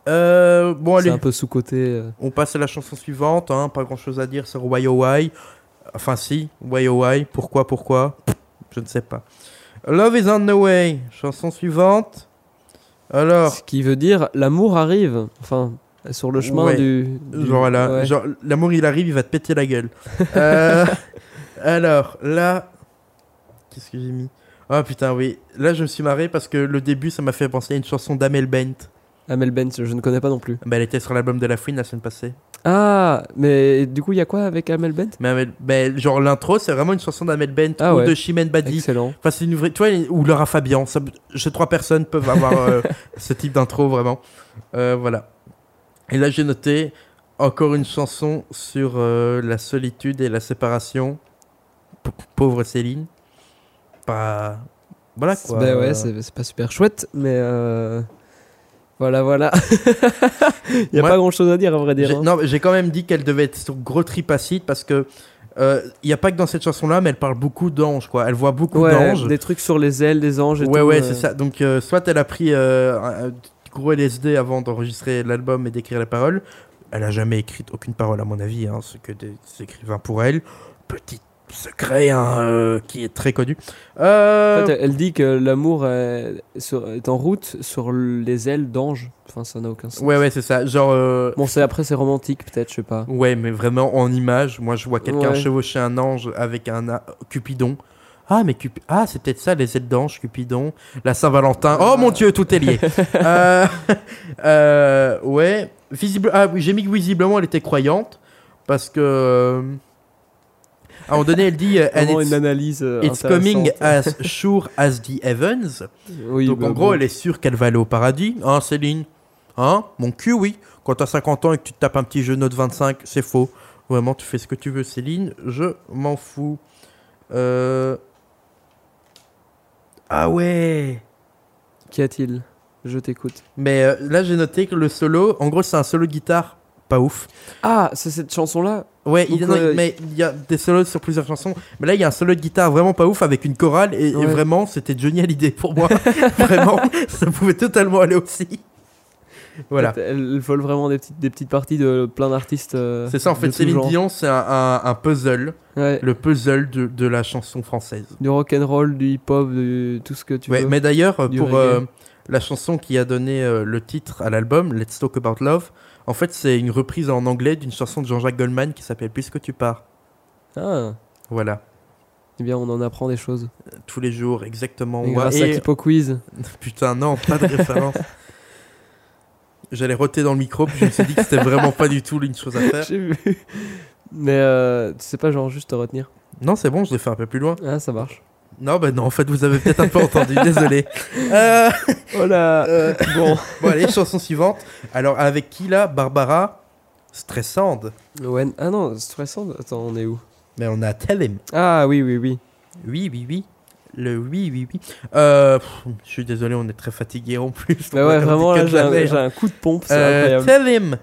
[SPEAKER 5] Euh, bon,
[SPEAKER 6] C'est
[SPEAKER 5] allez,
[SPEAKER 6] un peu euh. sous côté.
[SPEAKER 5] on passe à la chanson suivante. hein. Pas grand chose à dire sur Why Oh Why. Enfin, si, Why Oh Why. Pourquoi, pourquoi Je ne sais pas. Love is on the way. Chanson suivante. Alors, Oh.
[SPEAKER 6] Ce qui veut dire l'amour arrive. Enfin, Sur le chemin
[SPEAKER 5] Ouais.
[SPEAKER 6] du. du-
[SPEAKER 5] Genre, voilà.
[SPEAKER 6] ouais.
[SPEAKER 5] Genre, l'amour, il arrive, il va te péter la gueule. Euh, alors, là. Qu'est-ce que j'ai mis Ah putain, oui. Là, je me suis marré parce que le début, ça m'a fait penser à une chanson d'Amel Bent.
[SPEAKER 6] Amel Bent, je ne connais pas non plus.
[SPEAKER 5] Bah, elle était sur l'album de La Fouine la semaine passée.
[SPEAKER 6] Ah, mais du coup, il y a quoi avec Amel Bent
[SPEAKER 5] Mais Amel- bah, genre, l'intro, c'est vraiment une chanson d'Amel Bent
[SPEAKER 6] Ah
[SPEAKER 5] ou
[SPEAKER 6] ouais.
[SPEAKER 5] de Chimène Badi.
[SPEAKER 6] Excellent.
[SPEAKER 5] Enfin, c'est une vraie. Tu vois, ou Laura Fabian. Ça, ces trois personnes peuvent avoir euh, ce type d'intro, vraiment. Euh, voilà. Et là, j'ai noté encore une chanson sur euh, la solitude et la séparation. P- pauvre Céline. Pas. Voilà quoi.
[SPEAKER 6] Ben ouais, c'est c'est pas super chouette, mais. euh, Voilà, voilà. Il n'y a
[SPEAKER 5] Moi-
[SPEAKER 6] pas grand chose à dire, à vrai
[SPEAKER 5] J'ai-
[SPEAKER 6] dire. hein.
[SPEAKER 5] Non, mais j'ai quand même dit qu'elle devait être sur gros trip acide parce que. euh, Il y n'y a pas que dans cette chanson-là, mais elle parle beaucoup d'anges, quoi. Elle voit beaucoup
[SPEAKER 6] Ouais,
[SPEAKER 5] d'anges.
[SPEAKER 6] des trucs sur les ailes des anges et
[SPEAKER 5] Ouais,
[SPEAKER 6] tout,
[SPEAKER 5] ouais,
[SPEAKER 6] euh,
[SPEAKER 5] c'est ça. Donc, euh, soit elle a pris euh, un, un gros LSD avant d'enregistrer l'album et d'écrire les paroles. Elle a jamais écrit aucune parole, à mon avis. Hein, c'est que des écrivains pour elle. Petit secret hein, euh, qui est très connu. Euh,
[SPEAKER 6] En fait, elle dit que l'amour est, sur- est en route sur les ailes d'anges. Enfin, ça n'a aucun sens.
[SPEAKER 5] ouais, ouais, c'est ça. Genre. euh,
[SPEAKER 6] Bon, c'est après, c'est romantique, peut-être, je sais pas.
[SPEAKER 5] Ouais, mais vraiment en image. Moi, je vois quelqu'un
[SPEAKER 6] Ouais.
[SPEAKER 5] chevaucher un ange avec un a- Cupidon. Ah, mais Cupi- ah, c'est peut-être ça, les ailes d'ange, Cupidon, la Saint-Valentin. Oh mon dieu, tout est lié. Euh, euh, ouais, visible. Ah, oui, j'ai mis que visiblement, elle était croyante parce que. euh, À un moment donné, elle dit euh, And
[SPEAKER 6] Vraiment
[SPEAKER 5] it's,
[SPEAKER 6] une analyse. euh,
[SPEAKER 5] it's coming
[SPEAKER 6] intéressante.
[SPEAKER 5] as sure as the heavens.
[SPEAKER 6] Oui,
[SPEAKER 5] Donc
[SPEAKER 6] bah,
[SPEAKER 5] en gros,
[SPEAKER 6] bon.
[SPEAKER 5] elle est sûre qu'elle va aller au paradis, hein, Céline Hein Mon cul, oui. Quand t'as 50 ans et que tu te tapes un petit jeu de note 25, c'est faux. Vraiment, tu fais ce que tu veux, Céline. Je m'en fous. Euh... Ah ouais
[SPEAKER 6] Qu'y a-t-il Je t'écoute.
[SPEAKER 5] Mais euh, là, j'ai noté que le solo, en gros, c'est un solo de guitare. Pas ouf.
[SPEAKER 6] Ah, c'est cette chanson-là
[SPEAKER 5] Ouais, il y, en a-
[SPEAKER 6] Donc, euh,
[SPEAKER 5] mais il y a des solos sur plusieurs chansons. Mais là, il y a un solo de guitare vraiment pas ouf avec une chorale. Et, et
[SPEAKER 6] Ouais.
[SPEAKER 5] vraiment, c'était Johnny Hallyday pour moi. vraiment, ça pouvait totalement aller aussi. Voilà.
[SPEAKER 6] Elle, elle vole vraiment des petites, des petites parties de plein d'artistes. euh,
[SPEAKER 5] C'est ça, en
[SPEAKER 6] de
[SPEAKER 5] fait,
[SPEAKER 6] tout
[SPEAKER 5] Céline
[SPEAKER 6] genre.
[SPEAKER 5] Dion, c'est un, un- un puzzle.
[SPEAKER 6] Ouais,
[SPEAKER 5] Le puzzle de, de la chanson française.
[SPEAKER 6] Du rock and roll, du hip hop, du tout ce que tu
[SPEAKER 5] Ouais,
[SPEAKER 6] veux.
[SPEAKER 5] mais d'ailleurs,
[SPEAKER 6] du
[SPEAKER 5] pour
[SPEAKER 6] reggae.
[SPEAKER 5] euh, la chanson qui a donné euh, le titre à l'album, Let's Talk About Love, en fait, c'est une reprise en anglais d'une chanson de Jean-Jacques Goldman qui s'appelle Puisque tu pars.
[SPEAKER 6] Ah,
[SPEAKER 5] Voilà.
[SPEAKER 6] eh bien, on en apprend des choses.
[SPEAKER 5] Tous les jours, exactement.
[SPEAKER 6] Et
[SPEAKER 5] Ouais,
[SPEAKER 6] grâce à
[SPEAKER 5] et-
[SPEAKER 6] Kipo Quiz.
[SPEAKER 5] Putain, non, pas de référence. J'allais roter dans le micro, puis je me suis dit que c'était vraiment pas du tout une chose à faire.
[SPEAKER 6] J'ai vu. Mais euh, c'est pas genre juste à retenir.
[SPEAKER 5] Non, c'est bon, je l'ai fait un peu plus loin.
[SPEAKER 6] Ah, ça marche.
[SPEAKER 5] Non, bah non, en fait, vous avez peut-être un peu entendu, désolé. Euh,
[SPEAKER 6] Oh là
[SPEAKER 5] euh,
[SPEAKER 6] Bon.
[SPEAKER 5] Bon, allez, chanson suivante. Alors, avec qui là Barbara Stressande.
[SPEAKER 6] When... Ah non, stressant. Attends, on est où
[SPEAKER 5] Mais on a Tell Him.
[SPEAKER 6] Ah oui, oui, oui.
[SPEAKER 5] Oui, oui, oui. Le oui, oui, oui. Euh, pff, je suis désolé, on est très fatigué en plus.
[SPEAKER 6] Mais
[SPEAKER 5] On
[SPEAKER 6] ouais,
[SPEAKER 5] est
[SPEAKER 6] vraiment, là,
[SPEAKER 5] comme
[SPEAKER 6] j'ai un,
[SPEAKER 5] jamais,
[SPEAKER 6] j'ai
[SPEAKER 5] hein.
[SPEAKER 6] un coup de pompe, c'est
[SPEAKER 5] Euh,
[SPEAKER 6] incroyable.
[SPEAKER 5] Tell Him.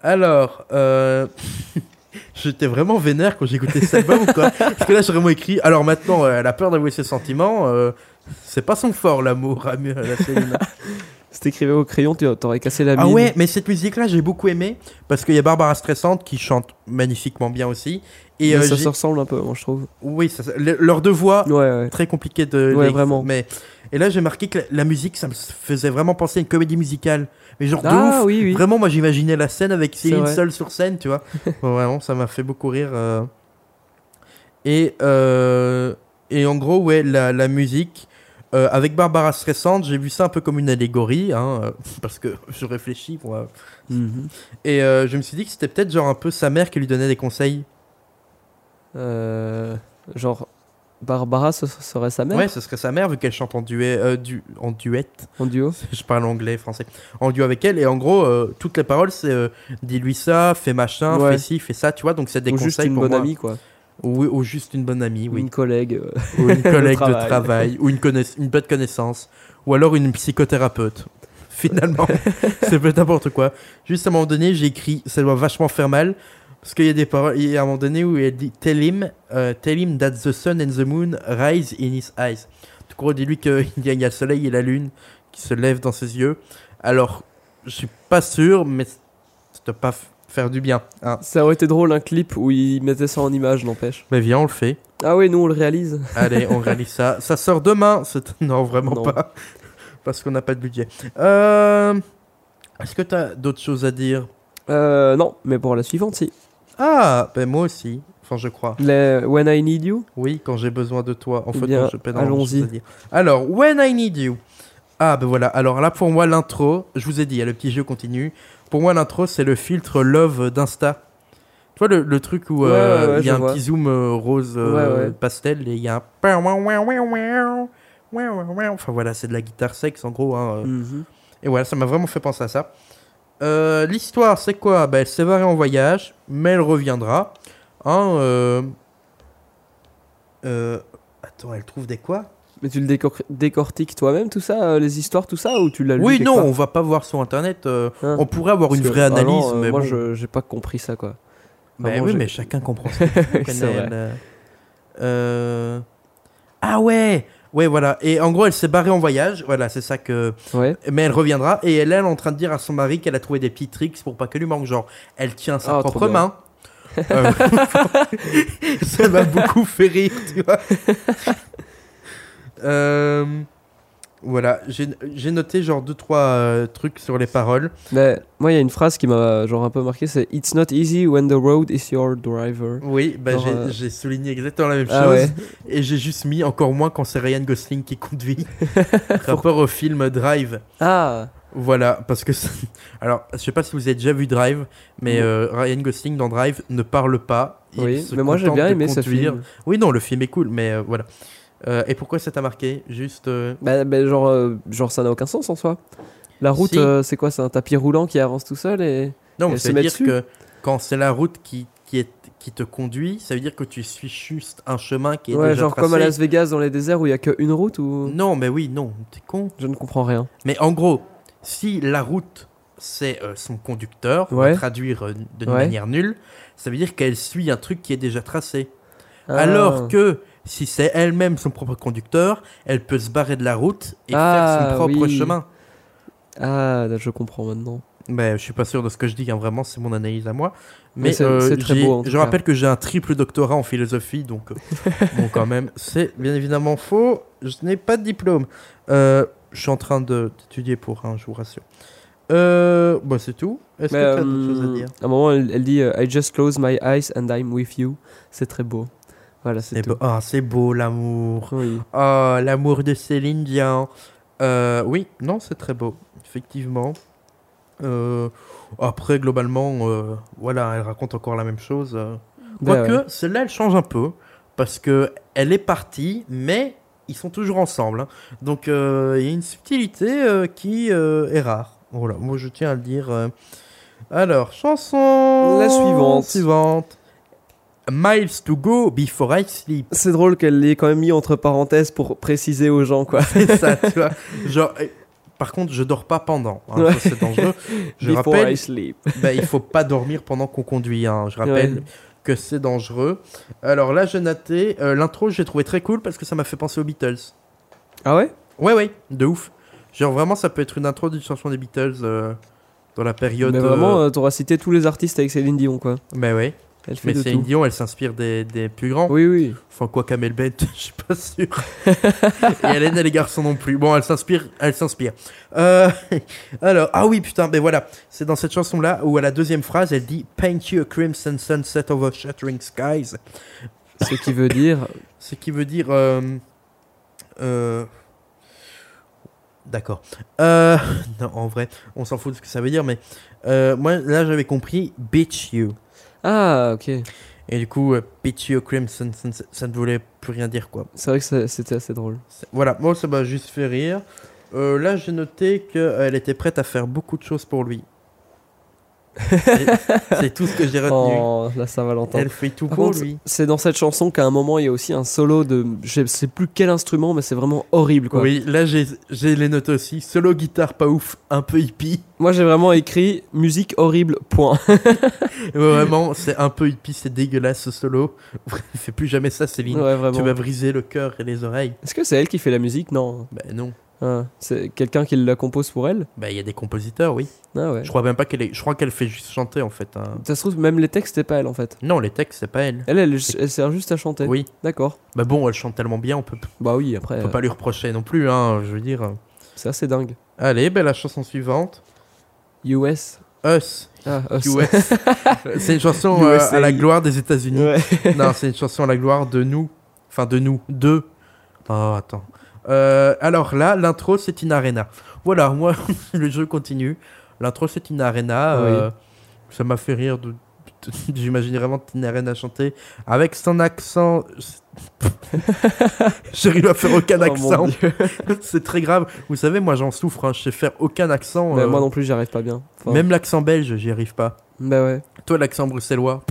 [SPEAKER 5] Alors, euh, j'étais vraiment vénère quand j'écoutais cet album ou quoi. Parce que là, j'ai vraiment écrit. Alors maintenant, euh, elle a peur d'avouer ses sentiments. euh, c'est pas son fort, l'amour, à la Céline.
[SPEAKER 6] Si t'écrivais au crayon, tu t'aurais cassé la mine.
[SPEAKER 5] Ah ouais, mais cette musique-là, j'ai beaucoup aimé parce qu'il y a Barbara Stressante qui chante magnifiquement bien aussi. Et
[SPEAKER 6] Mais
[SPEAKER 5] euh,
[SPEAKER 6] ça
[SPEAKER 5] j'ai- Ah.
[SPEAKER 6] se ressemble un peu, moi, je trouve.
[SPEAKER 5] oui, ça, ça- le- leurs deux voix
[SPEAKER 6] Ouais, ouais.
[SPEAKER 5] très compliquées de.
[SPEAKER 6] Ouais,
[SPEAKER 5] les-
[SPEAKER 6] vraiment.
[SPEAKER 5] Mais et là, j'ai marqué que la, la musique, ça me faisait vraiment penser à une comédie musicale, mais genre de
[SPEAKER 6] ah
[SPEAKER 5] ouf.
[SPEAKER 6] oui, oui.
[SPEAKER 5] Vraiment, moi, j'imaginais la scène avec
[SPEAKER 6] C'est
[SPEAKER 5] Céline
[SPEAKER 6] vrai.
[SPEAKER 5] seule sur scène, tu vois. Bon, vraiment, ça m'a fait beaucoup rire. euh. Et euh, et en gros, ouais, la, la musique. euh, avec Barbara Stressante, j'ai vu ça un peu comme une allégorie, hein, euh, parce que je réfléchis, moi,
[SPEAKER 6] Mhm.
[SPEAKER 5] et euh, je me suis dit que c'était peut-être genre un peu sa mère qui lui donnait des conseils.
[SPEAKER 6] Euh, genre, Barbara, ce ce serait sa mère
[SPEAKER 5] Ouais, ce serait sa mère vu qu'elle chante en duet, euh, du, en duet.
[SPEAKER 6] en duo.
[SPEAKER 5] Je parle anglais, français. En duo avec elle. Et en gros, euh, toutes les paroles, c'est euh, dis-lui ça, fais machin,
[SPEAKER 6] Ouais.
[SPEAKER 5] fais ci, fais ça. Tu vois, donc c'est des
[SPEAKER 6] Ou
[SPEAKER 5] conseils
[SPEAKER 6] juste une
[SPEAKER 5] pour
[SPEAKER 6] bonne
[SPEAKER 5] moi.
[SPEAKER 6] amie, quoi.
[SPEAKER 5] Oui, ou juste une bonne amie,
[SPEAKER 6] Ou
[SPEAKER 5] oui.
[SPEAKER 6] Une collègue. euh.
[SPEAKER 5] ou une collègue de
[SPEAKER 6] travail.
[SPEAKER 5] travail, ou une, connaiss- une bonne connaissance, ou alors une psychothérapeute. Finalement, c'est peut-être n'importe quoi. Juste à un moment donné, j'ai écrit, ça doit vachement faire mal, parce qu'il y a des paroles, il y a un moment donné où elle dit Tell him, euh, tell him that the sun and the moon rise in his eyes. Donc, en gros, dis-lui qu'il y, a- il y a le soleil et la lune qui se lèvent dans ses yeux. Alors, je suis pas sûr, mais ça doit pas f- faire du bien. hein.
[SPEAKER 6] Ça aurait été drôle, un clip où il mettait ça en image, n'empêche.
[SPEAKER 5] Mais viens, on le fait.
[SPEAKER 6] Ah oui, nous, on le réalise.
[SPEAKER 5] Allez, on réalise ça. Ça sort demain. c'est- Non, vraiment
[SPEAKER 6] Non.
[SPEAKER 5] pas. Parce qu'on n'a pas de budget. Euh, Est-ce que tu as d'autres choses à dire
[SPEAKER 6] Euh, non, mais pour la suivante, si.
[SPEAKER 5] Ah, ben moi aussi. Enfin, je crois.
[SPEAKER 6] Les When I Need You.
[SPEAKER 5] Oui, quand j'ai besoin de toi. En
[SPEAKER 6] Eh
[SPEAKER 5] fait,
[SPEAKER 6] bien,
[SPEAKER 5] non, je peine à
[SPEAKER 6] allons-y.
[SPEAKER 5] dire. Alors, When I Need You. Ah, ben voilà. Alors là, pour moi, l'intro, je vous ai dit, le petit jeu continue. Pour moi, l'intro, c'est le filtre love d'Insta. Tu vois le, le truc où
[SPEAKER 6] Ouais,
[SPEAKER 5] euh,
[SPEAKER 6] ouais, ouais,
[SPEAKER 5] il y a
[SPEAKER 6] je
[SPEAKER 5] un
[SPEAKER 6] vois.
[SPEAKER 5] petit zoom euh, rose euh,
[SPEAKER 6] Ouais, ouais.
[SPEAKER 5] pastel et il y a un. Enfin voilà, c'est de la guitare sexe en gros. hein, euh.
[SPEAKER 6] Mhm.
[SPEAKER 5] Et voilà, ça m'a vraiment fait penser à ça. Euh, L'histoire, c'est quoi bah, Elle s'est barrée en voyage, mais elle reviendra. Hein, euh... euh, Attends, elle trouve des quoi
[SPEAKER 6] Mais tu le décor- décortiques toi-même, tout ça, euh, les histoires, tout ça, ou tu l'as lu
[SPEAKER 5] Oui,
[SPEAKER 6] quelque
[SPEAKER 5] non,
[SPEAKER 6] part
[SPEAKER 5] on va pas voir sur internet. euh,
[SPEAKER 6] Hein
[SPEAKER 5] on pourrait avoir
[SPEAKER 6] Parce
[SPEAKER 5] une
[SPEAKER 6] que
[SPEAKER 5] vraie
[SPEAKER 6] vraiment,
[SPEAKER 5] analyse,
[SPEAKER 6] euh,
[SPEAKER 5] mais
[SPEAKER 6] moi,
[SPEAKER 5] bon.
[SPEAKER 6] je j'ai pas compris ça, quoi.
[SPEAKER 5] Bah
[SPEAKER 6] Vraiment,
[SPEAKER 5] oui,
[SPEAKER 6] j'ai-
[SPEAKER 5] mais chacun comprend ce qu'il
[SPEAKER 6] C'est
[SPEAKER 5] connaît,
[SPEAKER 6] vrai.
[SPEAKER 5] euh, euh, Ah ouais Ouais, voilà. Et en gros, elle s'est barrée en voyage. Voilà, c'est ça que.
[SPEAKER 6] Ouais.
[SPEAKER 5] Mais elle reviendra et elle, elle est en train de dire à son mari qu'elle a trouvé des petits tricks pour pas que lui manque. Genre, elle tient sa
[SPEAKER 6] Ah, trop
[SPEAKER 5] propre
[SPEAKER 6] bien.
[SPEAKER 5] main. Euh, ça m'a beaucoup fait rire, tu vois. Euh, voilà, j'ai j'ai noté genre deux trois euh, trucs sur les paroles.
[SPEAKER 6] Mais moi, il y a une phrase qui m'a genre un peu marqué, c'est It's not easy when the road is your driver.
[SPEAKER 5] Oui, bah,
[SPEAKER 6] Genre,
[SPEAKER 5] j'ai
[SPEAKER 6] euh,
[SPEAKER 5] j'ai souligné exactement la même
[SPEAKER 6] Ah
[SPEAKER 5] chose
[SPEAKER 6] ouais.
[SPEAKER 5] et j'ai juste mis encore moins quand c'est Ryan Gosling qui conduit. rapport au film Drive.
[SPEAKER 6] Ah.
[SPEAKER 5] Voilà, parce que. ça- Alors, je sais pas si vous avez déjà vu Drive, mais
[SPEAKER 6] Non.
[SPEAKER 5] euh, Ryan Gosling dans Drive ne parle pas. Il
[SPEAKER 6] Oui.
[SPEAKER 5] se
[SPEAKER 6] Mais moi, j'ai
[SPEAKER 5] contente
[SPEAKER 6] bien
[SPEAKER 5] de
[SPEAKER 6] aimé ce
[SPEAKER 5] conduire.
[SPEAKER 6] film.
[SPEAKER 5] Oui, non, le film est cool, mais euh, voilà. Euh, et pourquoi ça t'a marqué Juste. euh,
[SPEAKER 6] Bah, bah, genre, euh, genre, ça n'a aucun sens en soi. La route,
[SPEAKER 5] Si.
[SPEAKER 6] euh, c'est quoi C'est un tapis roulant qui avance tout seul et.
[SPEAKER 5] Non, mais
[SPEAKER 6] Elle
[SPEAKER 5] ça
[SPEAKER 6] se
[SPEAKER 5] veut
[SPEAKER 6] met
[SPEAKER 5] dire
[SPEAKER 6] dessus.
[SPEAKER 5] que quand c'est la route qui, qui, est, qui te conduit, ça veut dire que tu suis juste un chemin qui est
[SPEAKER 6] Ouais,
[SPEAKER 5] déjà
[SPEAKER 6] genre comme à
[SPEAKER 5] tracé.
[SPEAKER 6] Las Vegas dans les déserts où il y a qu'une route ou.
[SPEAKER 5] Non, mais oui, non, t'es con.
[SPEAKER 6] Je ne comprends rien.
[SPEAKER 5] Mais en gros, si la route, c'est euh, son conducteur, on va
[SPEAKER 6] Ouais.
[SPEAKER 5] traduire euh, d'une
[SPEAKER 6] Ouais.
[SPEAKER 5] manière nulle, ça veut dire qu'elle suit un truc qui est déjà tracé.
[SPEAKER 6] Ah.
[SPEAKER 5] Alors que si c'est elle-même son propre conducteur, elle peut se barrer de la route et faire
[SPEAKER 6] Ah,
[SPEAKER 5] son propre
[SPEAKER 6] oui.
[SPEAKER 5] chemin.
[SPEAKER 6] Ah, là, je comprends maintenant.
[SPEAKER 5] Mais je suis pas sûr de ce que je dis, hein, vraiment, c'est mon analyse à moi. Mais,
[SPEAKER 6] Mais c'est-
[SPEAKER 5] euh,
[SPEAKER 6] c'est très
[SPEAKER 5] j'ai-
[SPEAKER 6] beau, en tout
[SPEAKER 5] je
[SPEAKER 6] cas.
[SPEAKER 5] rappelle que j'ai un triple doctorat en philosophie, donc euh, bon, quand même, c'est bien évidemment faux. Je n'ai pas de diplôme. Euh, je suis en train de- d'étudier pour, un je vous rassure. Euh, bah, c'est tout. Est-ce que
[SPEAKER 6] Mais,
[SPEAKER 5] tu as
[SPEAKER 6] euh,
[SPEAKER 5] d'autres choses à dire
[SPEAKER 6] à un moment, elle, elle dit euh, I just close my eyes and I'm with you. C'est très beau. Voilà, c'est
[SPEAKER 5] C'est
[SPEAKER 6] tout.
[SPEAKER 5] beau, Ah, c'est beau l'amour.
[SPEAKER 6] Oui.
[SPEAKER 5] Ah, l'amour de Céline Dion. Euh, oui, non, c'est très beau, effectivement. Euh, après, globalement, euh, voilà, elle raconte encore la même chose. euh.
[SPEAKER 6] Bah, ouais.
[SPEAKER 5] Quoique, celle-là, elle change un peu, parce que elle est partie, mais ils sont toujours ensemble. hein. Donc, euh, il y a une subtilité euh, qui euh, est rare. Voilà, moi, je tiens à le dire. euh. Alors, chanson...
[SPEAKER 6] La suivante.
[SPEAKER 5] Suivante. Miles to go before I sleep.
[SPEAKER 6] C'est drôle qu'elle l'ait quand même mis entre parenthèses pour préciser aux gens, quoi.
[SPEAKER 5] C'est ça, tu vois. Genre, euh, par contre, je dors pas pendant. hein,
[SPEAKER 6] Ouais.
[SPEAKER 5] ça, c'est dangereux. Je
[SPEAKER 6] Before
[SPEAKER 5] rappelle,
[SPEAKER 6] I sleep.
[SPEAKER 5] bah, il faut pas dormir pendant qu'on conduit. hein. Je rappelle
[SPEAKER 6] Ouais.
[SPEAKER 5] que c'est dangereux. Alors là, j'ai noté euh, l'intro, j'ai trouvé très cool parce que ça m'a fait penser aux Beatles.
[SPEAKER 6] Ah ouais
[SPEAKER 5] Ouais, ouais, de ouf. Genre vraiment, ça peut être une intro d'une chanson des Beatles euh, dans la période.
[SPEAKER 6] Mais vraiment,
[SPEAKER 5] euh,
[SPEAKER 6] euh, t'auras cité tous les artistes avec Céline Dion, quoi.
[SPEAKER 5] Mais ouais.
[SPEAKER 6] Elle fait
[SPEAKER 5] Mais
[SPEAKER 6] de
[SPEAKER 5] Céline
[SPEAKER 6] tout.
[SPEAKER 5] Dion, elle s'inspire des, des plus grands.
[SPEAKER 6] Oui, oui.
[SPEAKER 5] Enfin, quoi Camel Bent, je suis pas sûr. et Hélène et les garçons non plus. Bon, elle s'inspire, elle s'inspire. Euh, alors, ah oui, putain, mais voilà. C'est dans cette chanson-là où à la deuxième phrase, elle dit Paint you a crimson sunset over shattering skies.
[SPEAKER 6] Ce qui veut dire.
[SPEAKER 5] Ce qui veut dire. euh, euh, D'accord. Euh, non, en vrai, on s'en fout de ce que ça veut dire, mais euh, moi, là, j'avais compris Bitch you.
[SPEAKER 6] Ah, ok.
[SPEAKER 5] Et du coup, euh, Bitch you a crimson sunset, ça ne voulait plus rien dire, quoi.
[SPEAKER 6] C'est vrai que ça- c'était assez drôle.
[SPEAKER 5] C'est- Voilà, moi ça m'a juste fait rire. Euh, là, j'ai noté qu'elle était prête à faire beaucoup de choses pour lui. C'est c'est tout ce que j'ai retenu.
[SPEAKER 6] Oh, la Saint-Valentin.
[SPEAKER 5] Elle fait tout
[SPEAKER 6] Par
[SPEAKER 5] pour
[SPEAKER 6] contre,
[SPEAKER 5] lui.
[SPEAKER 6] c'est dans cette chanson qu'à un moment il y a aussi un solo de je sais plus quel instrument mais c'est vraiment horrible quoi.
[SPEAKER 5] Oui, là j'ai j'ai les notes aussi. Solo guitare pas ouf, un peu hippie.
[SPEAKER 6] Moi j'ai vraiment écrit musique horrible point.
[SPEAKER 5] Ouais, Vraiment, c'est un peu hippie, c'est dégueulasse ce solo. Fais plus jamais ça, Céline.
[SPEAKER 6] ouais vraiment.
[SPEAKER 5] tu vas briser le cœur et les oreilles.
[SPEAKER 6] Est-ce que c'est elle qui fait la musique Non.
[SPEAKER 5] Ben non.
[SPEAKER 6] Ah, c'est quelqu'un qui la compose pour elle
[SPEAKER 5] Ben il y a des compositeurs, oui.
[SPEAKER 6] Ah ouais.
[SPEAKER 5] Je crois même pas qu'elle est. Je crois qu'elle fait juste chanter en fait. hein.
[SPEAKER 6] Ça se trouve même les textes c'est pas elle en fait.
[SPEAKER 5] Non, les textes c'est pas elle.
[SPEAKER 6] Elle elle, elle sert juste à chanter.
[SPEAKER 5] Oui.
[SPEAKER 6] D'accord.
[SPEAKER 5] Bah bon, elle chante tellement bien, on peut
[SPEAKER 6] Bah oui après
[SPEAKER 5] On
[SPEAKER 6] euh,
[SPEAKER 5] peut pas lui reprocher non plus, hein, je veux dire.
[SPEAKER 6] c'est assez dingue.
[SPEAKER 5] Allez, ben, la chanson suivante.
[SPEAKER 6] US.
[SPEAKER 5] Us.
[SPEAKER 6] Ah, euh, c'est-
[SPEAKER 5] US. c'est une chanson euh,
[SPEAKER 6] USA.
[SPEAKER 5] à la gloire des États-Unis.
[SPEAKER 6] Ouais.
[SPEAKER 5] non, c'est une chanson à la gloire de nous. Enfin, de nous. De. Oh, attends. Euh, alors là, l'intro, c'est une arena. Voilà, moi, le jeu continue. L'intro, c'est une arena.
[SPEAKER 6] Ah Oui.
[SPEAKER 5] euh, ça m'a fait rire. De... de- J'imagine vraiment une arena chanter avec son accent. J'arrive à faire aucun
[SPEAKER 6] Oh, mon
[SPEAKER 5] accent. c'est très grave. Vous savez, moi, j'en souffre. hein. Je sais faire aucun accent.
[SPEAKER 6] Bah,
[SPEAKER 5] euh,
[SPEAKER 6] moi non plus, hein. j'y arrive pas bien. Enfin,
[SPEAKER 5] Même l'accent belge, j'y arrive pas.
[SPEAKER 6] Bah ouais.
[SPEAKER 5] Toi, l'accent bruxellois.